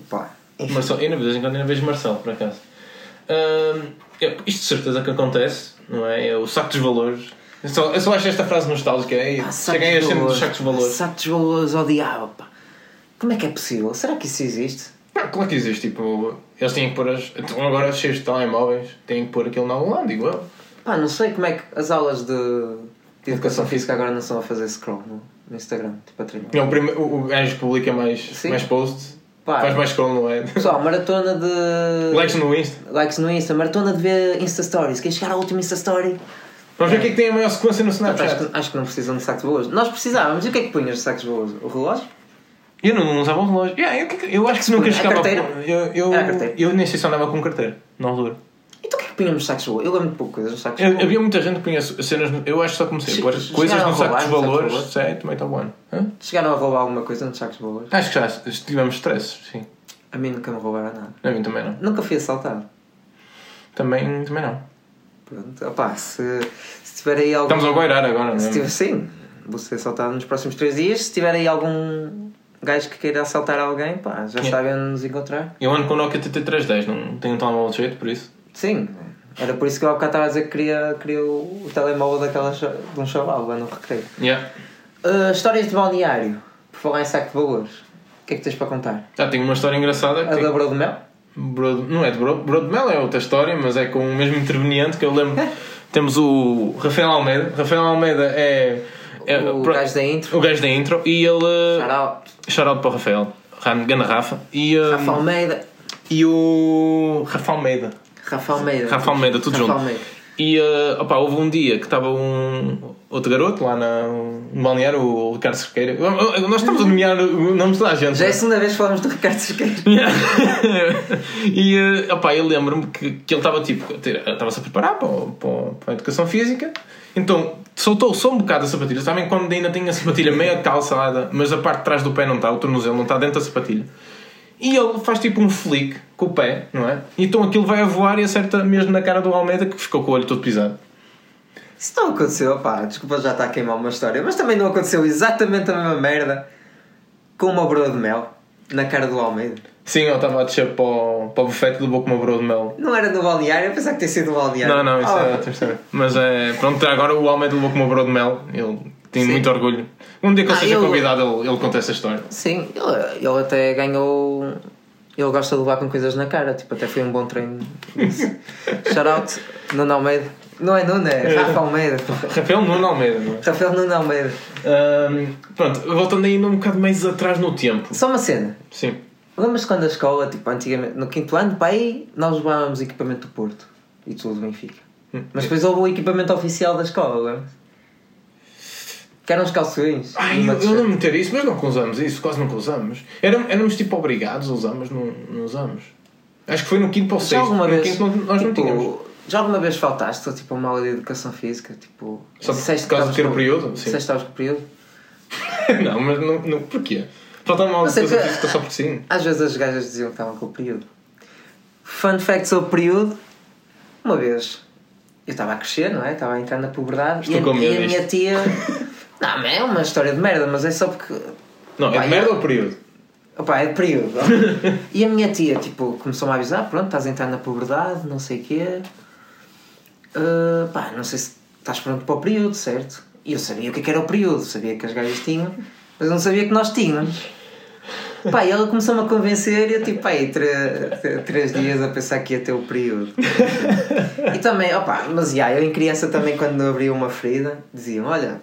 [SPEAKER 2] Pá, enfim.
[SPEAKER 1] Marcelo, eu, de vez em quando ainda vejo Marcelo, por acaso. Ahm, é, isto de certeza que acontece, não é? É o saco dos valores. Eu só, eu só acho esta frase nostálgica. É,
[SPEAKER 2] Ah, sacos
[SPEAKER 1] cheguei a
[SPEAKER 2] de
[SPEAKER 1] sempre dos
[SPEAKER 2] valores.
[SPEAKER 1] sacos dos valores.
[SPEAKER 2] Sacos de valores odiava, pá. Como é que é possível? Será que isso existe?
[SPEAKER 1] Pá, Como é que dizes? Tipo, eles têm que pôr as. Estão agora cheios de telemóveis, têm que pôr aquilo na lado, digo eu.
[SPEAKER 2] Pá, não sei como é que as aulas de, de educação física agora não são a fazer scroll no, no Instagram,
[SPEAKER 1] *laughs*
[SPEAKER 2] tipo a treinar.
[SPEAKER 1] Não, o, prime- o- o gajo publica mais,
[SPEAKER 2] Sim.
[SPEAKER 1] mais posts,
[SPEAKER 2] Pá.
[SPEAKER 1] faz mais scroll no ad.
[SPEAKER 2] Pessoal, maratona
[SPEAKER 1] *laughs*
[SPEAKER 2] de.
[SPEAKER 1] Likes no Insta.
[SPEAKER 2] likes no é Insta, maratona de ver Insta Stories. Quem chegar ao último Insta Story.
[SPEAKER 1] Vamos ver o que é que tem a maior sequência no
[SPEAKER 2] Portanto, Então, acho,
[SPEAKER 1] Snapchat.
[SPEAKER 2] que, acho que não precisam de sacos de boas. Nós precisávamos. E o que é que punhas de sacos de boas? O relógio?
[SPEAKER 1] Eu não usava o relógio. Yeah, eu, eu acho que nunca
[SPEAKER 2] A
[SPEAKER 1] chegava.
[SPEAKER 2] carteira? Ah,
[SPEAKER 1] com- Eu, eu,
[SPEAKER 2] A carteira.
[SPEAKER 1] eu nem sei se andava com carteira, na altura.
[SPEAKER 2] Então o que é que punhamos de sacos de boas? Eu lembro de pouco coisas de sacos de
[SPEAKER 1] Eu-
[SPEAKER 2] boas.
[SPEAKER 1] havia muita gente que punha cenas. no- Eu acho que só comecei a pôr
[SPEAKER 2] Chegaram
[SPEAKER 1] coisas
[SPEAKER 2] a
[SPEAKER 1] no saco
[SPEAKER 2] roubar
[SPEAKER 1] dos
[SPEAKER 2] no saco dos
[SPEAKER 1] valores.
[SPEAKER 2] valores?
[SPEAKER 1] Sei, também está bom. Hã?
[SPEAKER 2] Chegaram a roubar alguma coisa nos sacos de boas?
[SPEAKER 1] Acho que já tivemos stress, sim.
[SPEAKER 2] A mim nunca me roubaram nada.
[SPEAKER 1] A mim também não.
[SPEAKER 2] Nunca fui assaltado.
[SPEAKER 1] Também, também não.
[SPEAKER 2] Pronto, opá, se, se tiver aí algum.
[SPEAKER 1] Estamos a goirar agora, não
[SPEAKER 2] Se
[SPEAKER 1] é?
[SPEAKER 2] tiver, sim, vou ser assaltado nos próximos 3 dias. Se tiver aí algum gajo que queira assaltar alguém, pá, já
[SPEAKER 1] Yeah.
[SPEAKER 2] sabem onde nos encontrar.
[SPEAKER 1] Eu ando com o Nokia TT310, não tenho um telemóvel de jeito, por isso.
[SPEAKER 2] Sim, era por isso que eu há bocado estava a dizer que queria, queria o, o telemóvel daquela, cha- de um chaval lá no recreio.
[SPEAKER 1] Yeah.
[SPEAKER 2] Ah, histórias de balneário, por falar em saco de valores, o que é que tens para contar?
[SPEAKER 1] Já tenho uma história engraçada.
[SPEAKER 2] A
[SPEAKER 1] Que
[SPEAKER 2] da Bro de Mel?
[SPEAKER 1] Bro- não é de Bro, Bro de Mel, é outra história, mas é com o mesmo interveniente que eu
[SPEAKER 2] *laughs*
[SPEAKER 1] lembro. Temos o Rafael Almeida. Rafael Almeida é. é
[SPEAKER 2] o
[SPEAKER 1] pro- Uh,
[SPEAKER 2] gajo da intro,
[SPEAKER 1] o gajo da intro e ele.
[SPEAKER 2] Carol,
[SPEAKER 1] Shout-out para o Rafael. Ran- Gana Rafa. E, um,
[SPEAKER 2] Rafa Almeida,
[SPEAKER 1] e o. Rafa Almeida.
[SPEAKER 2] Rafa Almeida,
[SPEAKER 1] Rafa Almeida, tudo
[SPEAKER 2] Rafa
[SPEAKER 1] junto.
[SPEAKER 2] Almeida.
[SPEAKER 1] E eh, opá, houve um dia que estava um outro garoto lá na, no balneário, o Ricardo Cerqueira. Eu- eu- Nós estamos a nomear o nome de toda a gente.
[SPEAKER 2] Já é a segunda vez que falamos do Ricardo Cerqueira.
[SPEAKER 1] Yeah. *laughs* e eh, opá, eu lembro-me que, que ele estava tipo, a ter- estava-se a preparar para, o- para o- para a educação física, então soltou só um bocado a sapatilha. Sabem quando ainda tem a sapatilha meia calçada, mas a parte de trás do pé não está, o tornozelo não está dentro da sapatilha. E ele faz tipo um flick com o pé, não é? Então aquilo vai a voar e acerta mesmo na cara do Almeida que ficou com o olho todo pisado.
[SPEAKER 2] Isso não aconteceu, pá, desculpa já está a queimar uma história, mas também não aconteceu exatamente a mesma merda com uma Bro de Mel na cara do Almeida.
[SPEAKER 1] Sim, eu estava a descer para o, para o bufete do Boco Mabrou de Mel.
[SPEAKER 2] Não era no balneário, eu pensava que tinha sido no balneário.
[SPEAKER 1] Não, não, isso
[SPEAKER 2] Ah,
[SPEAKER 1] é outra história. Mas é. Pronto, agora o Almeida levou como brou de mel. Ele tem
[SPEAKER 2] Sim.
[SPEAKER 1] muito orgulho. Um dia que ele
[SPEAKER 2] Ah,
[SPEAKER 1] seja
[SPEAKER 2] eu-
[SPEAKER 1] convidado, ele, ele conta essa história.
[SPEAKER 2] Sim, ele, ele até ganhou. Ele gosta de levar com coisas na cara, tipo, até foi um bom treino.
[SPEAKER 1] *laughs*
[SPEAKER 2] Shout out, Nuno Almeida. Não é Nuno, é Rafa Almeida.
[SPEAKER 1] Rafael Nuno Almeida, não é?
[SPEAKER 2] Rafael Nuno Almeida.
[SPEAKER 1] Ahm, pronto, voltando ainda um bocado mais atrás no tempo.
[SPEAKER 2] Só uma cena.
[SPEAKER 1] Sim.
[SPEAKER 2] Lembras-te quando a escola, tipo, antigamente, no quinto ano, pai, nós levávamos equipamento do Porto e tudo do Benfica.
[SPEAKER 1] Hum.
[SPEAKER 2] Mas depois houve o equipamento oficial da escola, lembras? Que eram os calções.
[SPEAKER 1] Ai,
[SPEAKER 2] e uma
[SPEAKER 1] eu, eu
[SPEAKER 2] t-shirt.
[SPEAKER 1] lembro de ter isso, mas nunca usamos isso, quase nunca usamos. Éramos, éramos tipo obrigados a usar, mas não, não usamos. Acho que foi no quinto para o
[SPEAKER 2] Já
[SPEAKER 1] sexto.
[SPEAKER 2] alguma
[SPEAKER 1] no
[SPEAKER 2] vez.
[SPEAKER 1] quinto não- nós não
[SPEAKER 2] tipo,
[SPEAKER 1] tínhamos. *laughs*
[SPEAKER 2] Já alguma vez faltaste tipo, a uma aula de educação física? Tipo,
[SPEAKER 1] Só por
[SPEAKER 2] disseste que
[SPEAKER 1] causa de
[SPEAKER 2] estavas
[SPEAKER 1] ter o
[SPEAKER 2] com-
[SPEAKER 1] período? Sim.
[SPEAKER 2] Disseste que estavas com o período?
[SPEAKER 1] não, mas não, não, porquê? Faltava uma
[SPEAKER 2] Não sei
[SPEAKER 1] coisa
[SPEAKER 2] que-
[SPEAKER 1] física só porque sim.
[SPEAKER 2] Às vezes as gajas diziam que estavam com o período. Fun fact sobre o período: uma vez eu estava a crescer, não é? Estava a entrar na puberdade e,
[SPEAKER 1] Estou
[SPEAKER 2] a-
[SPEAKER 1] com medo
[SPEAKER 2] e a minha
[SPEAKER 1] disto. *laughs*
[SPEAKER 2] tia. Não, mas é uma história de merda, mas é só porque
[SPEAKER 1] Não, é
[SPEAKER 2] Pá,
[SPEAKER 1] de merda
[SPEAKER 2] eu-
[SPEAKER 1] ou período?
[SPEAKER 2] Opa, é de
[SPEAKER 1] *laughs*
[SPEAKER 2] período. e a minha tia, tipo, começou-me a avisar, pronto, estás a entrar na puberdade, não sei o quê. Ah, pá, não sei se estás pronto para o período, certo? E eu sabia o que, é que era o período, sabia que as gajas tinham, mas eu não sabia que nós tínhamos. Pá, e ela começou-me a convencer e eu, tipo, pá, aí, tre- tre- três dias a pensar que ia ter o período. E também, opa, mas já, eu em criança também, quando abria uma ferida, diziam: Olha,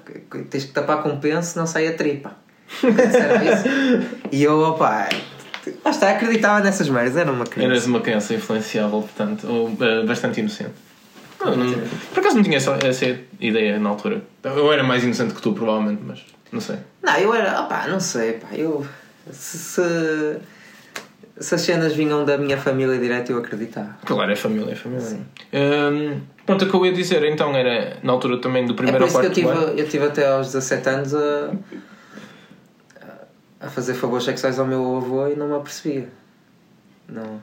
[SPEAKER 2] tens que tapar com um penso, senão sai a tripa. Disseram isso. E eu, opa, lá está, acreditava nessas merdas, era uma criança.
[SPEAKER 1] Eras uma criança influenciável, portanto, ou eh, bastante inocente. Não, Ah, não- por acaso não tinha essa, essa ideia na altura. Eu era mais inocente que tu, provavelmente, mas não sei.
[SPEAKER 2] Não, eu era, opa, não sei, pá, eu. Se, se, se as cenas vinham da minha família direto, eu acreditava.
[SPEAKER 1] Claro, é família, é família. Hum, pronto, o que eu ia dizer então era na altura também do
[SPEAKER 2] É
[SPEAKER 1] primeiro
[SPEAKER 2] por
[SPEAKER 1] ao
[SPEAKER 2] isso que
[SPEAKER 1] quarto
[SPEAKER 2] eu tive,
[SPEAKER 1] ano.
[SPEAKER 2] eu tive até aos 17 anos a. a- a fazer favores sexuais ao meu avô e não me apercebia. Não.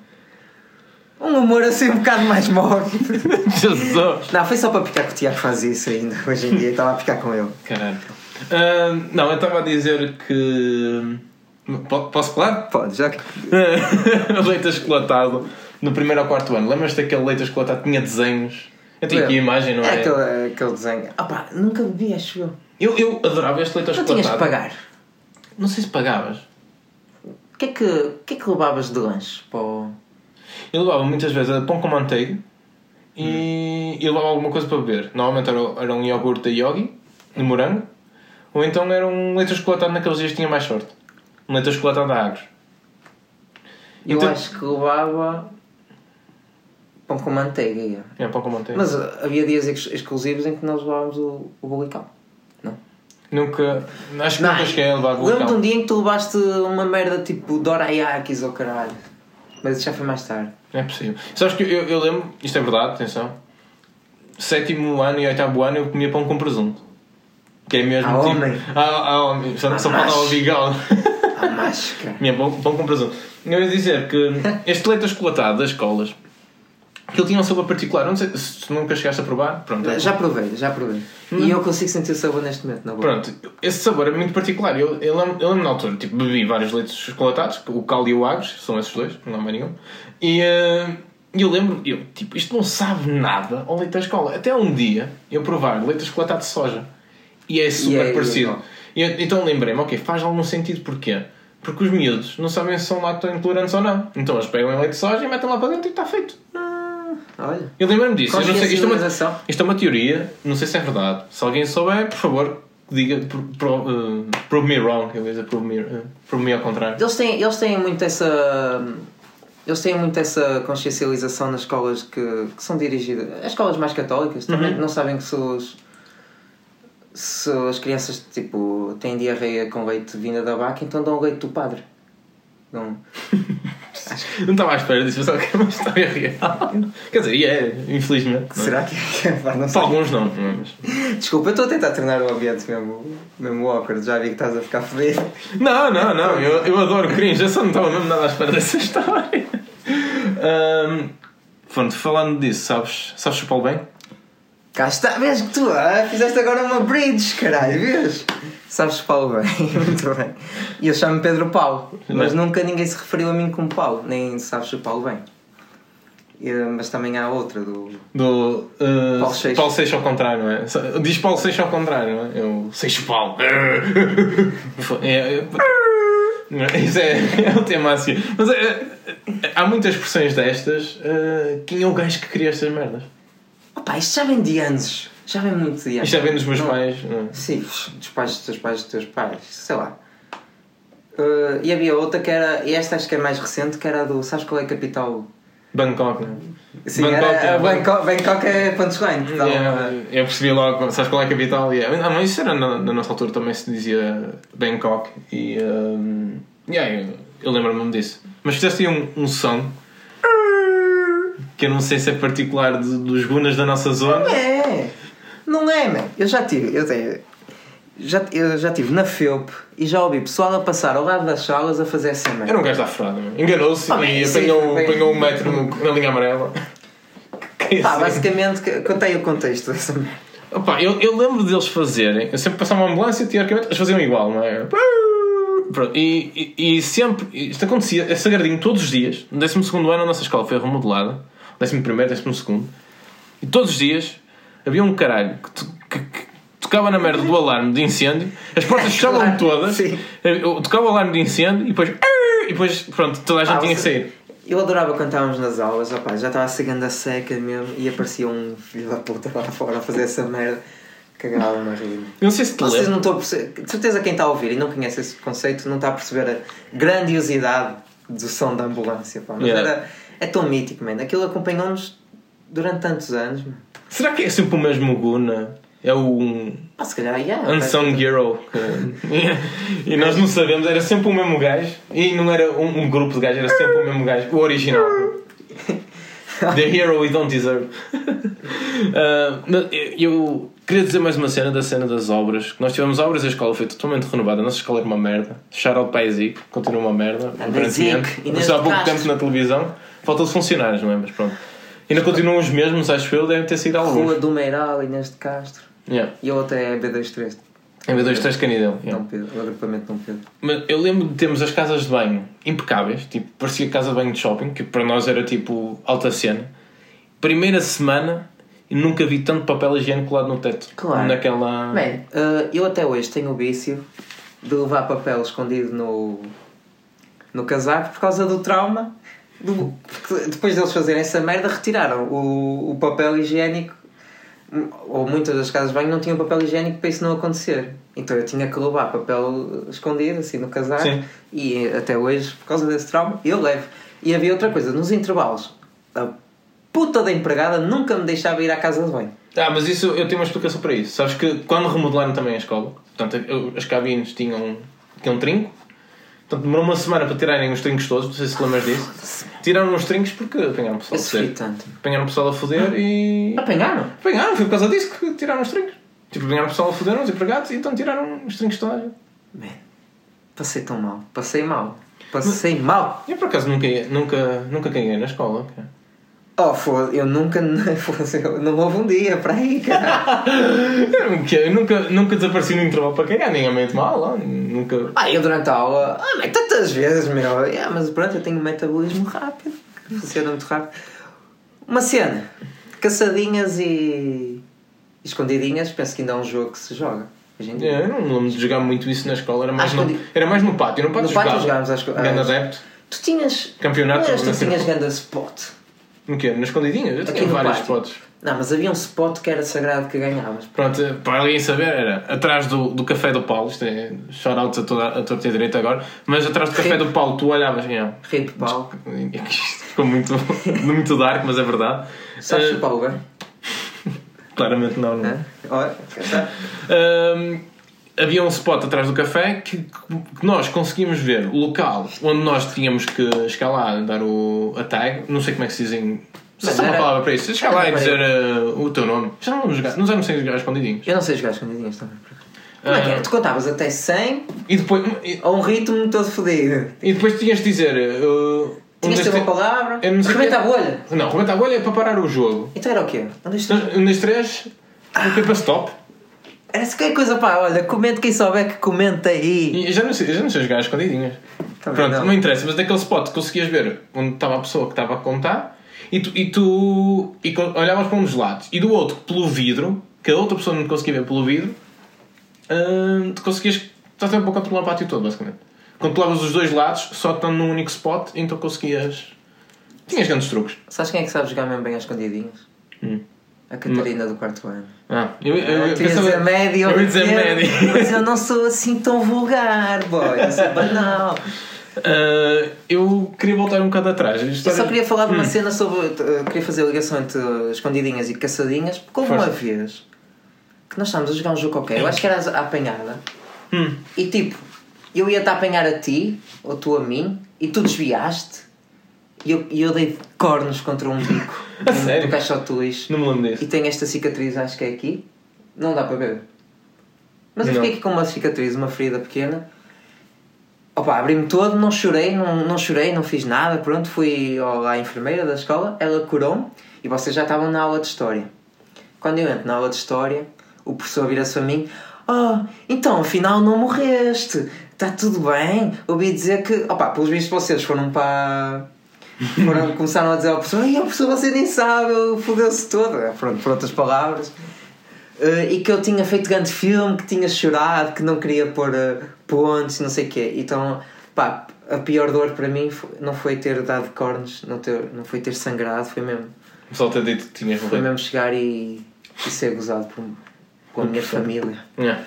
[SPEAKER 2] Um humor assim um bocado mais mórbido.
[SPEAKER 1] *laughs* Jesus!
[SPEAKER 2] Não, foi só para picar que o Tiago faz isso ainda. Hoje em dia estava a picar com ele.
[SPEAKER 1] Caralho. Ah, não, eu estava a dizer que. hum, Po- Posso falar? *laughs*
[SPEAKER 2] Pode, já que.
[SPEAKER 1] leite achocolatado no primeiro ao quarto ano. Lembras-te daquele leite achocolatado que tinha desenhos? Eu tenho aqui a imagem, não é?
[SPEAKER 2] Aquele, aquele desenho. Ah pá, nunca bebi, acho eu.
[SPEAKER 1] Eu, eu adorava este leite
[SPEAKER 2] Não
[SPEAKER 1] achocolatado.
[SPEAKER 2] tinhas de pagar.
[SPEAKER 1] Não sei se pagavas.
[SPEAKER 2] O que é que, o que, é que levavas de lanche? Para o-
[SPEAKER 1] Eu levava muitas vezes pão com manteiga e eu levava alguma coisa para beber. Normalmente era, era um iogurte da Yogi, de morango, ou então era um leite achocolatado naqueles dias que tinha mais sorte. Um leite achocolatado da Agros.
[SPEAKER 2] Eu
[SPEAKER 1] Então-
[SPEAKER 2] acho que levava. pão com manteiga. ia.
[SPEAKER 1] É pão com manteiga.
[SPEAKER 2] Mas uh, havia dias ex- exclusivos em que nós levávamos o, o bolicão. Não?
[SPEAKER 1] Nunca. Acho que nunca
[SPEAKER 2] Não.
[SPEAKER 1] cheguei a levar
[SPEAKER 2] Lembro-te um
[SPEAKER 1] glutão.
[SPEAKER 2] dia em que tu levaste uma merda tipo Dorayakis ou caralho. Mas isso já foi mais tarde.
[SPEAKER 1] Não é possível. Sabes que eu, eu lembro, isto é verdade, atenção. Sétimo ano e oitavo ano eu comia pão com presunto. Que é mesmo
[SPEAKER 2] Ah,
[SPEAKER 1] tipo.
[SPEAKER 2] homem.
[SPEAKER 1] Ah, ah, homem. Só, só
[SPEAKER 2] Ah,
[SPEAKER 1] falta o
[SPEAKER 2] macho.
[SPEAKER 1] bigal.
[SPEAKER 2] A máscara.
[SPEAKER 1] Minha, pão, pão com presunto. Eu ia dizer que este leite achocolatado das escolas, que ele tinha um sabor particular, não sei se tu nunca chegaste a provar, pronto. é-
[SPEAKER 2] Já provei, já provei.
[SPEAKER 1] Hum.
[SPEAKER 2] E eu consigo sentir o sabor neste momento, na boca.
[SPEAKER 1] Pronto, esse sabor é muito particular. Eu, eu, lembro, eu lembro na altura, tipo, bebi vários leites chocolatados, tipo, o cal e o agres, são esses dois, não há mais nenhum. E eh, eu lembro, eu, tipo, isto não sabe nada ao leite da escola. Até um dia eu provar leite chocolatado de soja. E é super
[SPEAKER 2] é
[SPEAKER 1] parecido.
[SPEAKER 2] igual.
[SPEAKER 1] E eu- então lembrei-me, ok, faz algum sentido, porquê? Porque os miúdos não sabem se são lacto-intolerantes ou não. Então eles pegam em leite de soja e metem lá para dentro e está feito.
[SPEAKER 2] Olha.
[SPEAKER 1] Eu lembro-me disso. Eu não sei, isto Ah. é uma-
[SPEAKER 2] Consciencialização.
[SPEAKER 1] isto é uma teoria, não sei se é verdade. Se alguém souber, por favor, diga. pro- pro- eh, prove me wrong, eu ia dizer prove me, eh, prove me ao contrário.
[SPEAKER 2] Eles têm, eles têm muito essa. Eles têm muito essa consciencialização nas escolas que, que são dirigidas. As escolas mais católicas também não sabem que se os. Se as crianças tipo, têm diarreia com leite vinda da vaca, então dão leite do padre. Dão-
[SPEAKER 1] Não estava à espera disso, pensava que era uma história real. Quer dizer, e é, infelizmente. não é?
[SPEAKER 2] Será que é? Pá, Não
[SPEAKER 1] Para
[SPEAKER 2] sei.
[SPEAKER 1] alguns não, não é? Mas-
[SPEAKER 2] Desculpa, eu estou a tentar tornar o ambiente mesmo, mesmo awkward. Já vi que estás a ficar fodido.
[SPEAKER 1] Não, não, não, eu, eu adoro cringe, eu só não estava mesmo nada à espera dessa história. *laughs* Ahm, pronto, falando disso, sabes, sabes chupar bem?
[SPEAKER 2] Cá está, vês que tu ah, fizeste agora uma bridge, caralho, vês? Sabes Paulo bem, *laughs* muito bem. E eu chamo-me Pedro Paulo, mas nunca ninguém se referiu a mim como Paulo, nem sabes o Paulo bem. E, mas também há outra do.
[SPEAKER 1] Do eh,
[SPEAKER 2] Paulo Seixas.
[SPEAKER 1] Paulo Seixas ao contrário, não é? Sa- Diz Paulo Seixas ao contrário, não é? Eu Seixo *laughs* Paulo. É, é- não é? Isso é, é o tema assim. Mas é, é, há muitas expressões destas. eh, quem é o gajo que cria estas merdas?
[SPEAKER 2] Opa, isto já vem de anos, já vem muito de anos.
[SPEAKER 1] Isto já vem dos meus
[SPEAKER 2] Não-
[SPEAKER 1] pais. não é?
[SPEAKER 2] Sim, dos pais dos teus pais dos teus pais, sei lá. Eh, e havia outra que era, e esta acho que é mais recente, que era a do. Sabes qual é a capital?
[SPEAKER 1] Bangkok, não é?
[SPEAKER 2] Sim,
[SPEAKER 1] Bangkok,
[SPEAKER 2] era,
[SPEAKER 1] é,
[SPEAKER 2] a Bangkok, Bangkok é punchline. que dá uma-
[SPEAKER 1] Yeah, eu percebi logo, sabes qual é a capital? Yeah. Ah, mas isso era na, na nossa altura também se dizia Bangkok e um, yeah, eu, eu lembro-me disso. Mas fizeste aí um, um som que eu não sei se é particular de- dos gunas da nossa zona.
[SPEAKER 2] Não é! Não é, man. Eu já tive, eu tenho. Já, eu já estive na FEUP e já ouvi pessoal a passar ao lado das salas a fazer essa merda.
[SPEAKER 1] Era um gajo da frada, meu. enganou-se
[SPEAKER 2] Ah,
[SPEAKER 1] e
[SPEAKER 2] bem, sim,
[SPEAKER 1] apanhou,
[SPEAKER 2] bem.
[SPEAKER 1] apanhou um metro no- na linha amarela. Que
[SPEAKER 2] Pá,
[SPEAKER 1] assim.
[SPEAKER 2] basicamente, que- contei o contexto dessa merda.
[SPEAKER 1] Opa, eu, eu lembro deles fazerem, eu sempre passava uma ambulância, teoricamente, eles faziam igual, não é? Pronto, e, e, e sempre, isto acontecia, é sagradinho, todos os dias, no 12 ano a nossa escola foi remodelada, 11, 12, e todos os dias havia um caralho que, to- que- que tocava na merda do alarme de incêndio, as
[SPEAKER 2] *laughs*
[SPEAKER 1] portas fechavam
[SPEAKER 2] É Claro,
[SPEAKER 1] todas,
[SPEAKER 2] sim.
[SPEAKER 1] eu tocava o alarme de incêndio e depois, e depois pronto, toda a gente
[SPEAKER 2] Ah,
[SPEAKER 1] tinha que
[SPEAKER 2] você-
[SPEAKER 1] sair.
[SPEAKER 2] Eu adorava cantarmos nas aulas, opá, já estava cegando a seca mesmo e aparecia um filho da puta lá fora a fazer essa merda. Cagava-me a rir.
[SPEAKER 1] Eu não sei se te
[SPEAKER 2] Vocês
[SPEAKER 1] lembro.
[SPEAKER 2] não estão a perceber. De certeza quem está a ouvir e não conhece esse conceito não está a perceber a grandiosidade do som da ambulância. Pá. Mas
[SPEAKER 1] Yeah.
[SPEAKER 2] era, é tão mítico, man. Aquilo acompanhou-nos durante tantos anos. Man.
[SPEAKER 1] Será que é sempre o mesmo Guna? É o.
[SPEAKER 2] Pá, se calhar,
[SPEAKER 1] Ah,
[SPEAKER 2] yeah,
[SPEAKER 1] Unsung Um Hero. *laughs* e nós não sabemos, era sempre o mesmo gajo. E não era um, um grupo de gajos, era sempre o mesmo gajo. O original. The hero we don't deserve. *laughs* Ah, mas eu- eu queria dizer mais uma cena da cena das obras. que Nós tivemos obras e a escola foi totalmente renovada. A nossa escola era uma merda. Shout out para a Zic, continua uma merda.
[SPEAKER 2] Nada,
[SPEAKER 1] Aparentemente.
[SPEAKER 2] Zic, Inês
[SPEAKER 1] Mas há
[SPEAKER 2] de
[SPEAKER 1] pouco
[SPEAKER 2] Castro.
[SPEAKER 1] tempo na televisão. Faltou-se funcionários, não é? Mas pronto. Ainda continuam os mesmos, acho eu, devem ter sido
[SPEAKER 2] Rua
[SPEAKER 1] alguns.
[SPEAKER 2] do Meiral, Inês de Castro.
[SPEAKER 1] Yeah.
[SPEAKER 2] E a outra é a B23,
[SPEAKER 1] MB2, 3 Canidel. Yeah.
[SPEAKER 2] Dom Pedro, o agrupamento Dom Pedro.
[SPEAKER 1] Mas eu lembro de termos as casas de banho impecáveis, tipo, parecia casa de banho de shopping, que para nós era tipo alta cena. Primeira semana e nunca vi tanto papel higiênico colado no teto.
[SPEAKER 2] Claro.
[SPEAKER 1] Naquela.
[SPEAKER 2] Bem, eh, eu até hoje tenho o vício de levar papel escondido no, no casaco por causa do trauma. do- porque depois deles fazerem essa merda, retiraram o, o papel higiênico. Ou muitas das casas de banho não tinham papel higiênico para isso não acontecer. Então eu tinha que levar papel escondido, assim, no casaco.
[SPEAKER 1] Sim.
[SPEAKER 2] E até hoje, por causa desse trauma, eu levo. E havia outra coisa, nos intervalos, a puta da empregada nunca me deixava ir à casa de banho.
[SPEAKER 1] Ah, mas isso eu tenho uma explicação para isso. Sabes que quando remodelaram também a escola, portanto, eu- as cabines tinham, tinham um trinco, portanto, demorou uma semana para tirarem os trincos todos, não sei se te lembras disso. Tiraram os trincos porque apanharam o pessoal
[SPEAKER 2] Eu
[SPEAKER 1] a
[SPEAKER 2] sofri
[SPEAKER 1] foder.
[SPEAKER 2] tanto.
[SPEAKER 1] Apanharam o pessoal a foder e.
[SPEAKER 2] Apanharam?
[SPEAKER 1] Apanharam, foi por causa disso que tiraram os trincos. Tipo, apanharam o pessoal a foder, os empregados, e então tiraram os trincos de toda a gente.
[SPEAKER 2] Man, passei tão mal. Passei mal. Passei mal.
[SPEAKER 1] Eu por acaso nunca, ia- nunca, nunca caguei na escola. cara.
[SPEAKER 2] Oh, foda eu nunca. *laughs* foda-se, eu- Não houve um dia para aí,
[SPEAKER 1] *laughs*
[SPEAKER 2] cara.
[SPEAKER 1] Eu nunca, eu nunca, nunca desapareci no intervalo para cagar, nem a mente mal, nunca.
[SPEAKER 2] Ah, eu durante a aula. Ah, mas tantas vezes, meu. Ah, mas pronto, eu tenho um metabolismo rápido. que Funciona muito rápido. Uma cena. Caçadinhas e. Escondidinhas, penso que ainda é um jogo que se joga. Hoje em dia.
[SPEAKER 1] É, Eu não me lembro de jogar muito isso na escola, era mais,
[SPEAKER 2] Acho
[SPEAKER 1] no,
[SPEAKER 2] que eu digo-
[SPEAKER 1] era mais no pátio. No pátio,
[SPEAKER 2] No pátio
[SPEAKER 1] jogava.
[SPEAKER 2] jogámos, acho que- ah,
[SPEAKER 1] Grande
[SPEAKER 2] acho-
[SPEAKER 1] adepto.
[SPEAKER 2] Tu tinhas.
[SPEAKER 1] Campeonato,
[SPEAKER 2] Não eras tu
[SPEAKER 1] não
[SPEAKER 2] que
[SPEAKER 1] sei
[SPEAKER 2] tinhas
[SPEAKER 1] como.
[SPEAKER 2] ganda spot.
[SPEAKER 1] No quê? Nas escondidinhas? Eu
[SPEAKER 2] Aqui
[SPEAKER 1] tinha
[SPEAKER 2] no
[SPEAKER 1] várias
[SPEAKER 2] pátio.
[SPEAKER 1] fotos.
[SPEAKER 2] Não, mas havia um spot que era sagrado que ganhavas.
[SPEAKER 1] Pronto, para alguém saber, era atrás do, do Café do Paulo, isto é shoutouts a toda a torta e a direita agora, mas atrás do Café
[SPEAKER 2] Sim.
[SPEAKER 1] do Paulo tu olhavas, assim, yeah.
[SPEAKER 2] Rei de pau.
[SPEAKER 1] Isto ficou muito, *laughs* muito dark, mas é verdade. Eh,
[SPEAKER 2] Sabes o é? pau, bem?
[SPEAKER 1] claramente não, não.
[SPEAKER 2] Hã? Olha, cá está.
[SPEAKER 1] Ahm, havia um spot atrás do café que, que nós conseguimos ver o local onde nós tínhamos que escalar, dar o, a tag, não sei como é que se dizem. Não sei
[SPEAKER 2] Mas
[SPEAKER 1] se há uma
[SPEAKER 2] era-
[SPEAKER 1] palavra para isso. Escalar e
[SPEAKER 2] era-
[SPEAKER 1] dizer ah, o teu nome. Já não jogar, não sei jogar escondidinhos.
[SPEAKER 2] Eu não sei jogar escondidinhas também. Como é que
[SPEAKER 1] Ah.
[SPEAKER 2] é? Tu contavas até 100
[SPEAKER 1] E depois, e,
[SPEAKER 2] a um ritmo todo fodido.
[SPEAKER 1] e depois tinhas de dizer. ah,
[SPEAKER 2] Tinhas de
[SPEAKER 1] dois,
[SPEAKER 2] ter uma
[SPEAKER 1] três-
[SPEAKER 2] palavra.
[SPEAKER 1] Eu não sei que-
[SPEAKER 2] Rebenta a bolha.
[SPEAKER 1] Não, rebenta a bolha é para parar o jogo.
[SPEAKER 2] Então era o quê? Onde isto...
[SPEAKER 1] Um, dois, três, um para stop.
[SPEAKER 2] Era se qualquer coisa, pá, olha, comente quem souber que comenta aí.
[SPEAKER 1] E eu já não sei, eu já não sei jogar às escondidinhas.
[SPEAKER 2] Também
[SPEAKER 1] Pronto,
[SPEAKER 2] Tá não.
[SPEAKER 1] não. interessa, mas daquele spot conseguias ver onde estava a pessoa que estava a contar e tu, e tu e co- olhavas para um dos lados e do outro pelo vidro, que a outra pessoa não te conseguia ver pelo vidro, hum, tu conseguias. Estás sempre a controlar o pátio todo, basicamente. Controlavas os dois lados, só estando num único spot, então conseguias. Tinhas grandes truques.
[SPEAKER 2] Sabes quem é que sabe jogar mesmo bem às escondidinhas?
[SPEAKER 1] Hum.
[SPEAKER 2] A Catarina do quarto ano.
[SPEAKER 1] Ah, eu, eu, eu,
[SPEAKER 2] Eu tinha
[SPEAKER 1] pensava-
[SPEAKER 2] dizer médio.
[SPEAKER 1] eu ia dizer médio.
[SPEAKER 2] Mas eu não sou assim tão vulgar, boy. Eu sou banal.
[SPEAKER 1] *laughs* Ah, eu queria voltar um bocado atrás. A
[SPEAKER 2] Eu
[SPEAKER 1] história- Hum.
[SPEAKER 2] só queria falar de uma cena sobre. eh, queria fazer a ligação entre eh, escondidinhas e caçadinhas, porque houve uma
[SPEAKER 1] Força.
[SPEAKER 2] vez que nós estávamos a jogar um jogo qualquer, eu acho que era a apanhada,
[SPEAKER 1] Hum.
[SPEAKER 2] e tipo, eu ia-te apanhar a ti, ou tu a mim, e tu desviaste, e eu, e eu dei cornos contra um bico
[SPEAKER 1] *laughs* A
[SPEAKER 2] do-
[SPEAKER 1] sério?
[SPEAKER 2] do caixote do lixo,
[SPEAKER 1] Não me lembro disso.
[SPEAKER 2] e tenho esta cicatriz, acho que é aqui, não dá para ver. Mas eu
[SPEAKER 1] Não.
[SPEAKER 2] fiquei aqui com uma cicatriz, uma ferida pequena. Opa, abri-me todo, não chorei, não, não chorei, não fiz nada, pronto, fui ao- à enfermeira da escola, ela curou-me e vocês já estavam na aula de história. Quando eu entro na aula de história, o professor vira-se a mim, oh, então afinal não morreste, está tudo bem, ouvi dizer que, opa, pelos vistos vocês foram para... Foram, começaram a dizer ao professor, ai, ó, professor, você nem sabe, eu fodeu-se todo, É, pronto, por outras palavras. Eh, e que eu tinha feito grande filme, que tinha chorado, que não queria pôr eh, pontos, não sei o quê. Então, pá, a pior dor para mim fo- não foi ter dado cornos, não, ter, não foi ter sangrado, foi mesmo,
[SPEAKER 1] O pessoal te dito que tinhas
[SPEAKER 2] foi
[SPEAKER 1] morrido.
[SPEAKER 2] mesmo chegar e, e ser gozado por, um, com a minha família.
[SPEAKER 1] Yeah.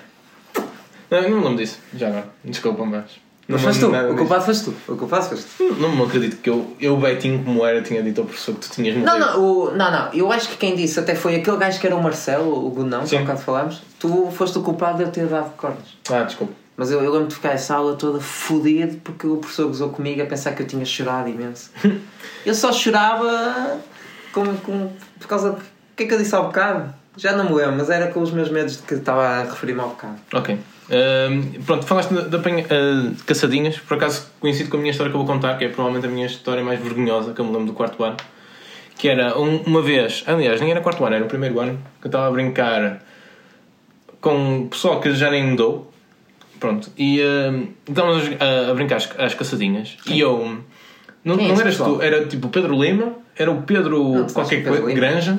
[SPEAKER 1] Não, eu não me lembro disso, já agora. Desculpa, mas.
[SPEAKER 2] Mas
[SPEAKER 1] me
[SPEAKER 2] foste tu,
[SPEAKER 1] lembro nada
[SPEAKER 2] o
[SPEAKER 1] disso.
[SPEAKER 2] culpado foste tu, o culpado foste tu.
[SPEAKER 1] Não, não me acredito que eu, eu Betinho, como era, tinha dito ao professor que tu tinhas morrido.
[SPEAKER 2] Não, não, o- não, não, eu acho que quem disse até foi aquele gajo que era o Marcelo, o Gunão, que
[SPEAKER 1] Sim.
[SPEAKER 2] há bocado falámos. Tu foste o culpado de eu ter dado cornos.
[SPEAKER 1] Ah, desculpa.
[SPEAKER 2] Mas eu, eu lembro de ficar essa aula toda fodido
[SPEAKER 1] *laughs*
[SPEAKER 2] porque o professor gozou comigo a pensar que eu tinha chorado imenso. eu só chorava como, como, por causa do que é que eu disse há bocado? Já não me lembro, mas era com os meus medos de que estava a referir-me há bocado.
[SPEAKER 1] Ok. Ahm, pronto, falaste de, de apanha- ah, de caçadinhas, por acaso coincide com a minha história que eu vou contar, que é provavelmente a minha história mais vergonhosa, que eu me lembro do quarto ano. Que era um- uma vez, aliás, nem era quarto ano, era o primeiro ano, que eu estava a brincar com um pessoal que já nem mudou. Pronto, e ahm, estávamos a, a- a brincar às, às caçadinhas. E eu. Não,
[SPEAKER 2] Quem é
[SPEAKER 1] não
[SPEAKER 2] esse
[SPEAKER 1] eras
[SPEAKER 2] pessoal?
[SPEAKER 1] tu, era tipo o Pedro Lima, era o Pedro
[SPEAKER 2] Não, tu sabes
[SPEAKER 1] qualquer
[SPEAKER 2] o Pedro
[SPEAKER 1] coisa,
[SPEAKER 2] Lima?
[SPEAKER 1] Granja.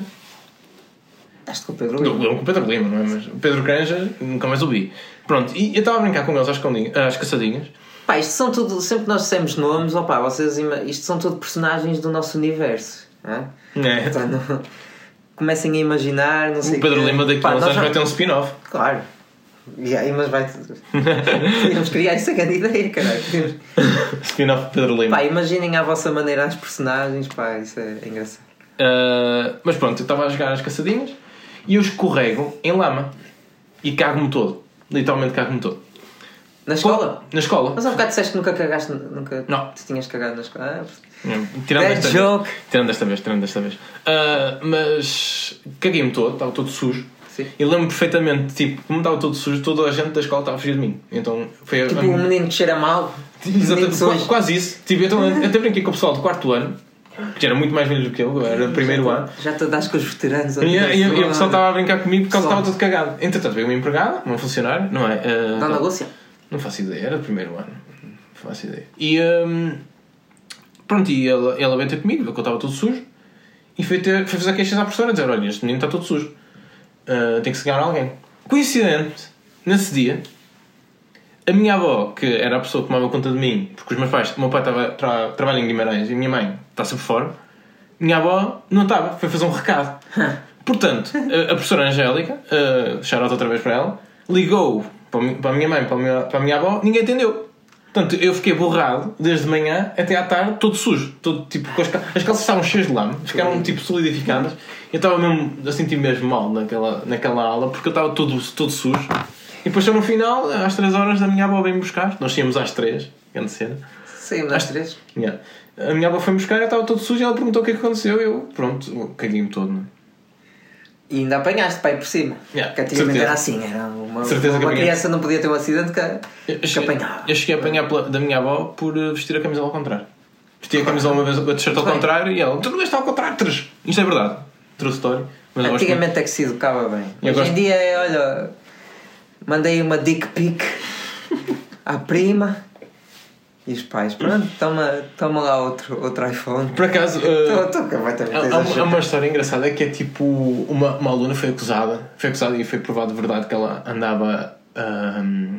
[SPEAKER 2] Acho que o Pedro
[SPEAKER 1] Não,
[SPEAKER 2] Lima.
[SPEAKER 1] não com o Pedro Lima, não é? Mas o Pedro Granja nunca mais o vi. Pronto, e eu estava a brincar com eles às, escondinhas- às caçadinhas.
[SPEAKER 2] Pá, isto são tudo, sempre que nós dissemos nomes, opá, vocês, ima- isto são tudo personagens do nosso universo. não é?
[SPEAKER 1] É.
[SPEAKER 2] Então, não- comecem a imaginar, não sei
[SPEAKER 1] O Pedro
[SPEAKER 2] quê.
[SPEAKER 1] Lima daqui a
[SPEAKER 2] Pá,
[SPEAKER 1] uns
[SPEAKER 2] nós
[SPEAKER 1] anos
[SPEAKER 2] já-
[SPEAKER 1] vai ter um spin-off. *laughs*
[SPEAKER 2] Claro. E aí, mas vai. Podíamos criar isso a grande ideia, caralho. Podíamos-
[SPEAKER 1] spin-off de Pedro Lima.
[SPEAKER 2] Pá, imaginem à vossa maneira as personagens, pá, isso é engraçado.
[SPEAKER 1] Ah, mas pronto, eu estava a jogar às caçadinhas e eu escorrego em lama e cago-me todo. Literalmente cago-me todo.
[SPEAKER 2] Na escola?
[SPEAKER 1] Na escola.
[SPEAKER 2] Mas há um bocado disseste que nunca cagaste, nunca
[SPEAKER 1] Não.
[SPEAKER 2] te tinhas cagado na escola. Ah,
[SPEAKER 1] Tirando
[SPEAKER 2] Bad
[SPEAKER 1] desta
[SPEAKER 2] joke.
[SPEAKER 1] vez. Tirando desta vez, tirando desta vez. Ah, mas caguei-me todo, estava todo sujo.
[SPEAKER 2] Sim.
[SPEAKER 1] E lembro perfeitamente, tipo, como estava todo sujo, toda a gente da escola estava a fugir de mim. Então foi a-
[SPEAKER 2] tipo,
[SPEAKER 1] a
[SPEAKER 2] um menino que cheira mal. menino
[SPEAKER 1] Exatamente,
[SPEAKER 2] de
[SPEAKER 1] quase,
[SPEAKER 2] hoje.
[SPEAKER 1] quase isso. Tipo, então, eu até brinquei com o pessoal do quarto ano, que era muito mais velho do que eu, eu era primeiro ano.
[SPEAKER 2] Já te dás com os veteranos.
[SPEAKER 1] E, e, e o pessoal estava a brincar comigo porque ele
[SPEAKER 2] Pessoal.
[SPEAKER 1] estava todo cagado. Entretanto, veio uma empregada, uma funcionária, não é? Ah,
[SPEAKER 2] Dona Lúcia?
[SPEAKER 1] não faço ideia, era do primeiro ano. Não faço ideia. E hum, pronto, e ela, ela veio ter comigo, viu que eu estava todo sujo, e foi, ter, foi fazer queixas à professora, dizer, olha, este menino está todo sujo. Ah, tem que se ganhar alguém. Coincidente, nesse dia, a minha avó, que era a pessoa que tomava conta de mim, porque os meus pais, o meu pai estava, tra, trabalha em Guimarães e a minha mãe está sempre fora, minha avó não estava, foi fazer um recado. Portanto, a, a professora Angélica, uh, charota outra vez para ela, ligou para, mi- para a minha mãe, para a minha, para a minha avó, ninguém atendeu. Portanto, eu fiquei borrado desde de manhã até à tarde, todo sujo, todo tipo com as, cal- as calças estavam cheias de lama, ficaram tipo solidificadas. Eu estava mesmo a sentir mesmo mal naquela, naquela aula porque eu estava todo, todo sujo. E depois, só no final, às 3 horas, a minha avó veio-me buscar. Nós íamos às 3, grande cena.
[SPEAKER 2] Saímos às um, três.
[SPEAKER 1] Yeah. A minha avó foi buscar, eu estava todo sujo e ela perguntou o que é que aconteceu. Eu, pronto, caguei-me todo, não é?
[SPEAKER 2] E ainda apanhaste, pai, por cima.
[SPEAKER 1] Yeah,
[SPEAKER 2] que antigamente
[SPEAKER 1] certeza.
[SPEAKER 2] era assim, era uma,
[SPEAKER 1] Certeza que
[SPEAKER 2] uma
[SPEAKER 1] apanhei.
[SPEAKER 2] criança não podia ter um acidente que,
[SPEAKER 1] Eu
[SPEAKER 2] que
[SPEAKER 1] cheguei,
[SPEAKER 2] apanhava.
[SPEAKER 1] eu cheguei a apanhar pela- da minha avó por eh, vestir a camisola ao contrário. Vesti a camisola uma vez, a t-shirt ao
[SPEAKER 2] Bem.
[SPEAKER 1] contrário e ela, tu não veste ao contrário, três. Isto é verdade. True story. Mas eu gosto um muito.
[SPEAKER 2] Antigamente é que se educava bem.
[SPEAKER 1] Eu
[SPEAKER 2] Hoje
[SPEAKER 1] gosto-
[SPEAKER 2] em dia é, olha, mandei uma dick pic à prima e os pais, pronto, toma, toma lá outro, outro iPhone.
[SPEAKER 1] Por acaso, eh,
[SPEAKER 2] Estou estou completamente
[SPEAKER 1] há, há é uma, há
[SPEAKER 2] exagerado.
[SPEAKER 1] uma história engraçada é que é tipo, uma, uma aluna foi acusada, foi acusada e foi provado de verdade que ela andava ahm,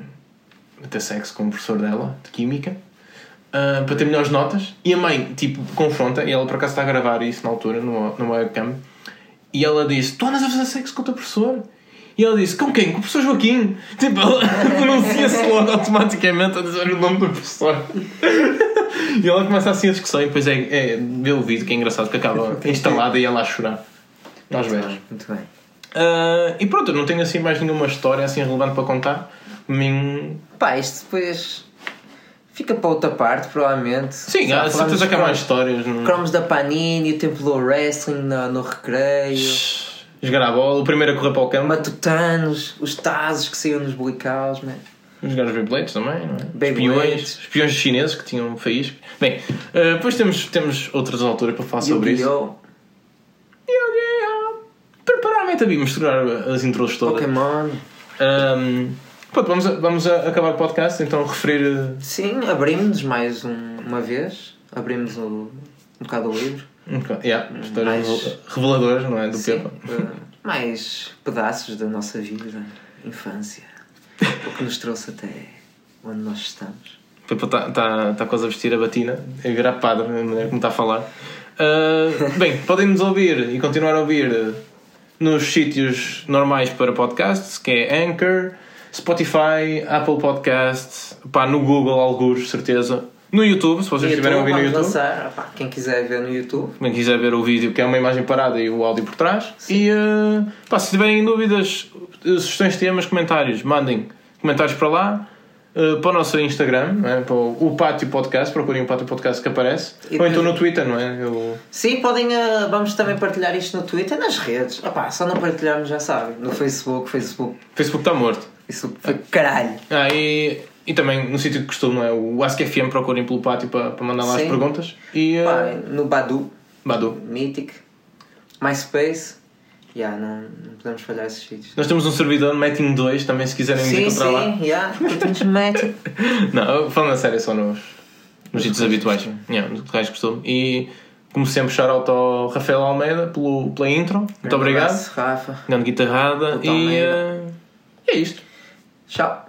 [SPEAKER 1] a ter sexo com o professor dela, de Química. ah, para ter melhores notas e a mãe tipo confronta e ela por acaso está a gravar isso na altura numa, numa webcam e ela disse tu andas a fazer sexo com o teu professor e ela disse com quem? com o professor Joaquim *laughs* tipo ela pronuncia-se logo automaticamente a dizer o nome do professor e ela começa assim a discussão e depois é, é vê o vídeo que é engraçado que acaba instalada e ela a chorar nós vemos
[SPEAKER 2] Muito bem.
[SPEAKER 1] Ah, e pronto eu não tenho assim mais nenhuma história assim relevante para contar Mim...
[SPEAKER 2] Pá, isto depois fica para outra parte, provavelmente.
[SPEAKER 1] sim há certeza que há mais histórias não-
[SPEAKER 2] Cromos da Panini, o tempo do wrestling no, no recreio,
[SPEAKER 1] Jogar à bola, o primeiro a correr para o campo.
[SPEAKER 2] matutanos, os tazos que saíam nos boicaus, mano.
[SPEAKER 1] Jogar os Beyblades também, não é?
[SPEAKER 2] Beyblades.
[SPEAKER 1] Espiões, espiões chineses que tinham faísco. Bem, eh, depois temos, temos outras alturas para falar sobre isso.
[SPEAKER 2] Yu-Gi-Oh!
[SPEAKER 1] Yu-Gi-Oh! Provavelmente havia misturar as intros todas.
[SPEAKER 2] Pokémon.
[SPEAKER 1] Ahm, pronto, vamos, a- vamos a acabar o podcast, então referir. eh,
[SPEAKER 2] Sim, abrimos mais um- uma vez. Abrimos o, um bocado o livro.
[SPEAKER 1] um bocado- yeah, histórias
[SPEAKER 2] Mais-
[SPEAKER 1] revel- reveladoras, não é? Do
[SPEAKER 2] Sim,
[SPEAKER 1] Pepa.
[SPEAKER 2] eh, mais pedaços da nossa vida,
[SPEAKER 1] *laughs*
[SPEAKER 2] infância. O que nos trouxe até onde nós estamos.
[SPEAKER 1] Pepa está tá, tá quase a vestir a batina, a virar padre, da maneira como está a falar. Ah, bem, *laughs* podem nos ouvir e continuar a ouvir eh, nos sítios normais para podcasts, que é Anchor, Spotify, Apple Podcasts, pá, no Google, alguns, certeza. No YouTube, se vocês estiverem a ouvir no
[SPEAKER 2] vamos
[SPEAKER 1] YouTube.
[SPEAKER 2] lançar, ah pá, quem quiser ver no YouTube.
[SPEAKER 1] Quem quiser ver o vídeo, que é uma imagem parada e o áudio por trás. E eh, pá, se tiverem dúvidas, eh, sugestões, temas, comentários, mandem comentários para lá. uh, para o nosso Instagram, não é? para o, o Pátio Podcast, procurem o Pátio Podcast que aparece.
[SPEAKER 2] E
[SPEAKER 1] Ou então
[SPEAKER 2] depois-
[SPEAKER 1] no Twitter, não é? Eu-
[SPEAKER 2] Sim, podem. ah, vamos também partilhar isto no Twitter, nas redes. Opá, só não partilharmos, já sabem. No Facebook, Facebook.
[SPEAKER 1] Facebook está morto.
[SPEAKER 2] Isso foi caralho.
[SPEAKER 1] Ah, e, e também no sítio de costume, não é? O Ask FM, procurem pelo Pátio para, para mandar lá as
[SPEAKER 2] Sim.
[SPEAKER 1] perguntas. E.
[SPEAKER 2] Pá,
[SPEAKER 1] Uh,
[SPEAKER 2] no Badu,
[SPEAKER 1] Badu.
[SPEAKER 2] Mythic, MySpace. Já, não, não podemos falhar esses sítios.
[SPEAKER 1] Nós temos um servidor, Metin 2, também se quiserem nos
[SPEAKER 2] Sim,
[SPEAKER 1] encontrar lá.
[SPEAKER 2] sim, já.
[SPEAKER 1] *laughs*
[SPEAKER 2] Curtimos Magic.
[SPEAKER 1] Não, falando a sério, só nos, nos sítios habituais. Yeah, nos locais de costume. E, como sempre, shout-out ao Rafael Almeida pelo, pela intro. Muito
[SPEAKER 2] Grande
[SPEAKER 1] obrigado.
[SPEAKER 2] abraço, Rafa.
[SPEAKER 1] Grande guitarrada.
[SPEAKER 2] Almeida.
[SPEAKER 1] E eh, é isto.
[SPEAKER 2] Tchau.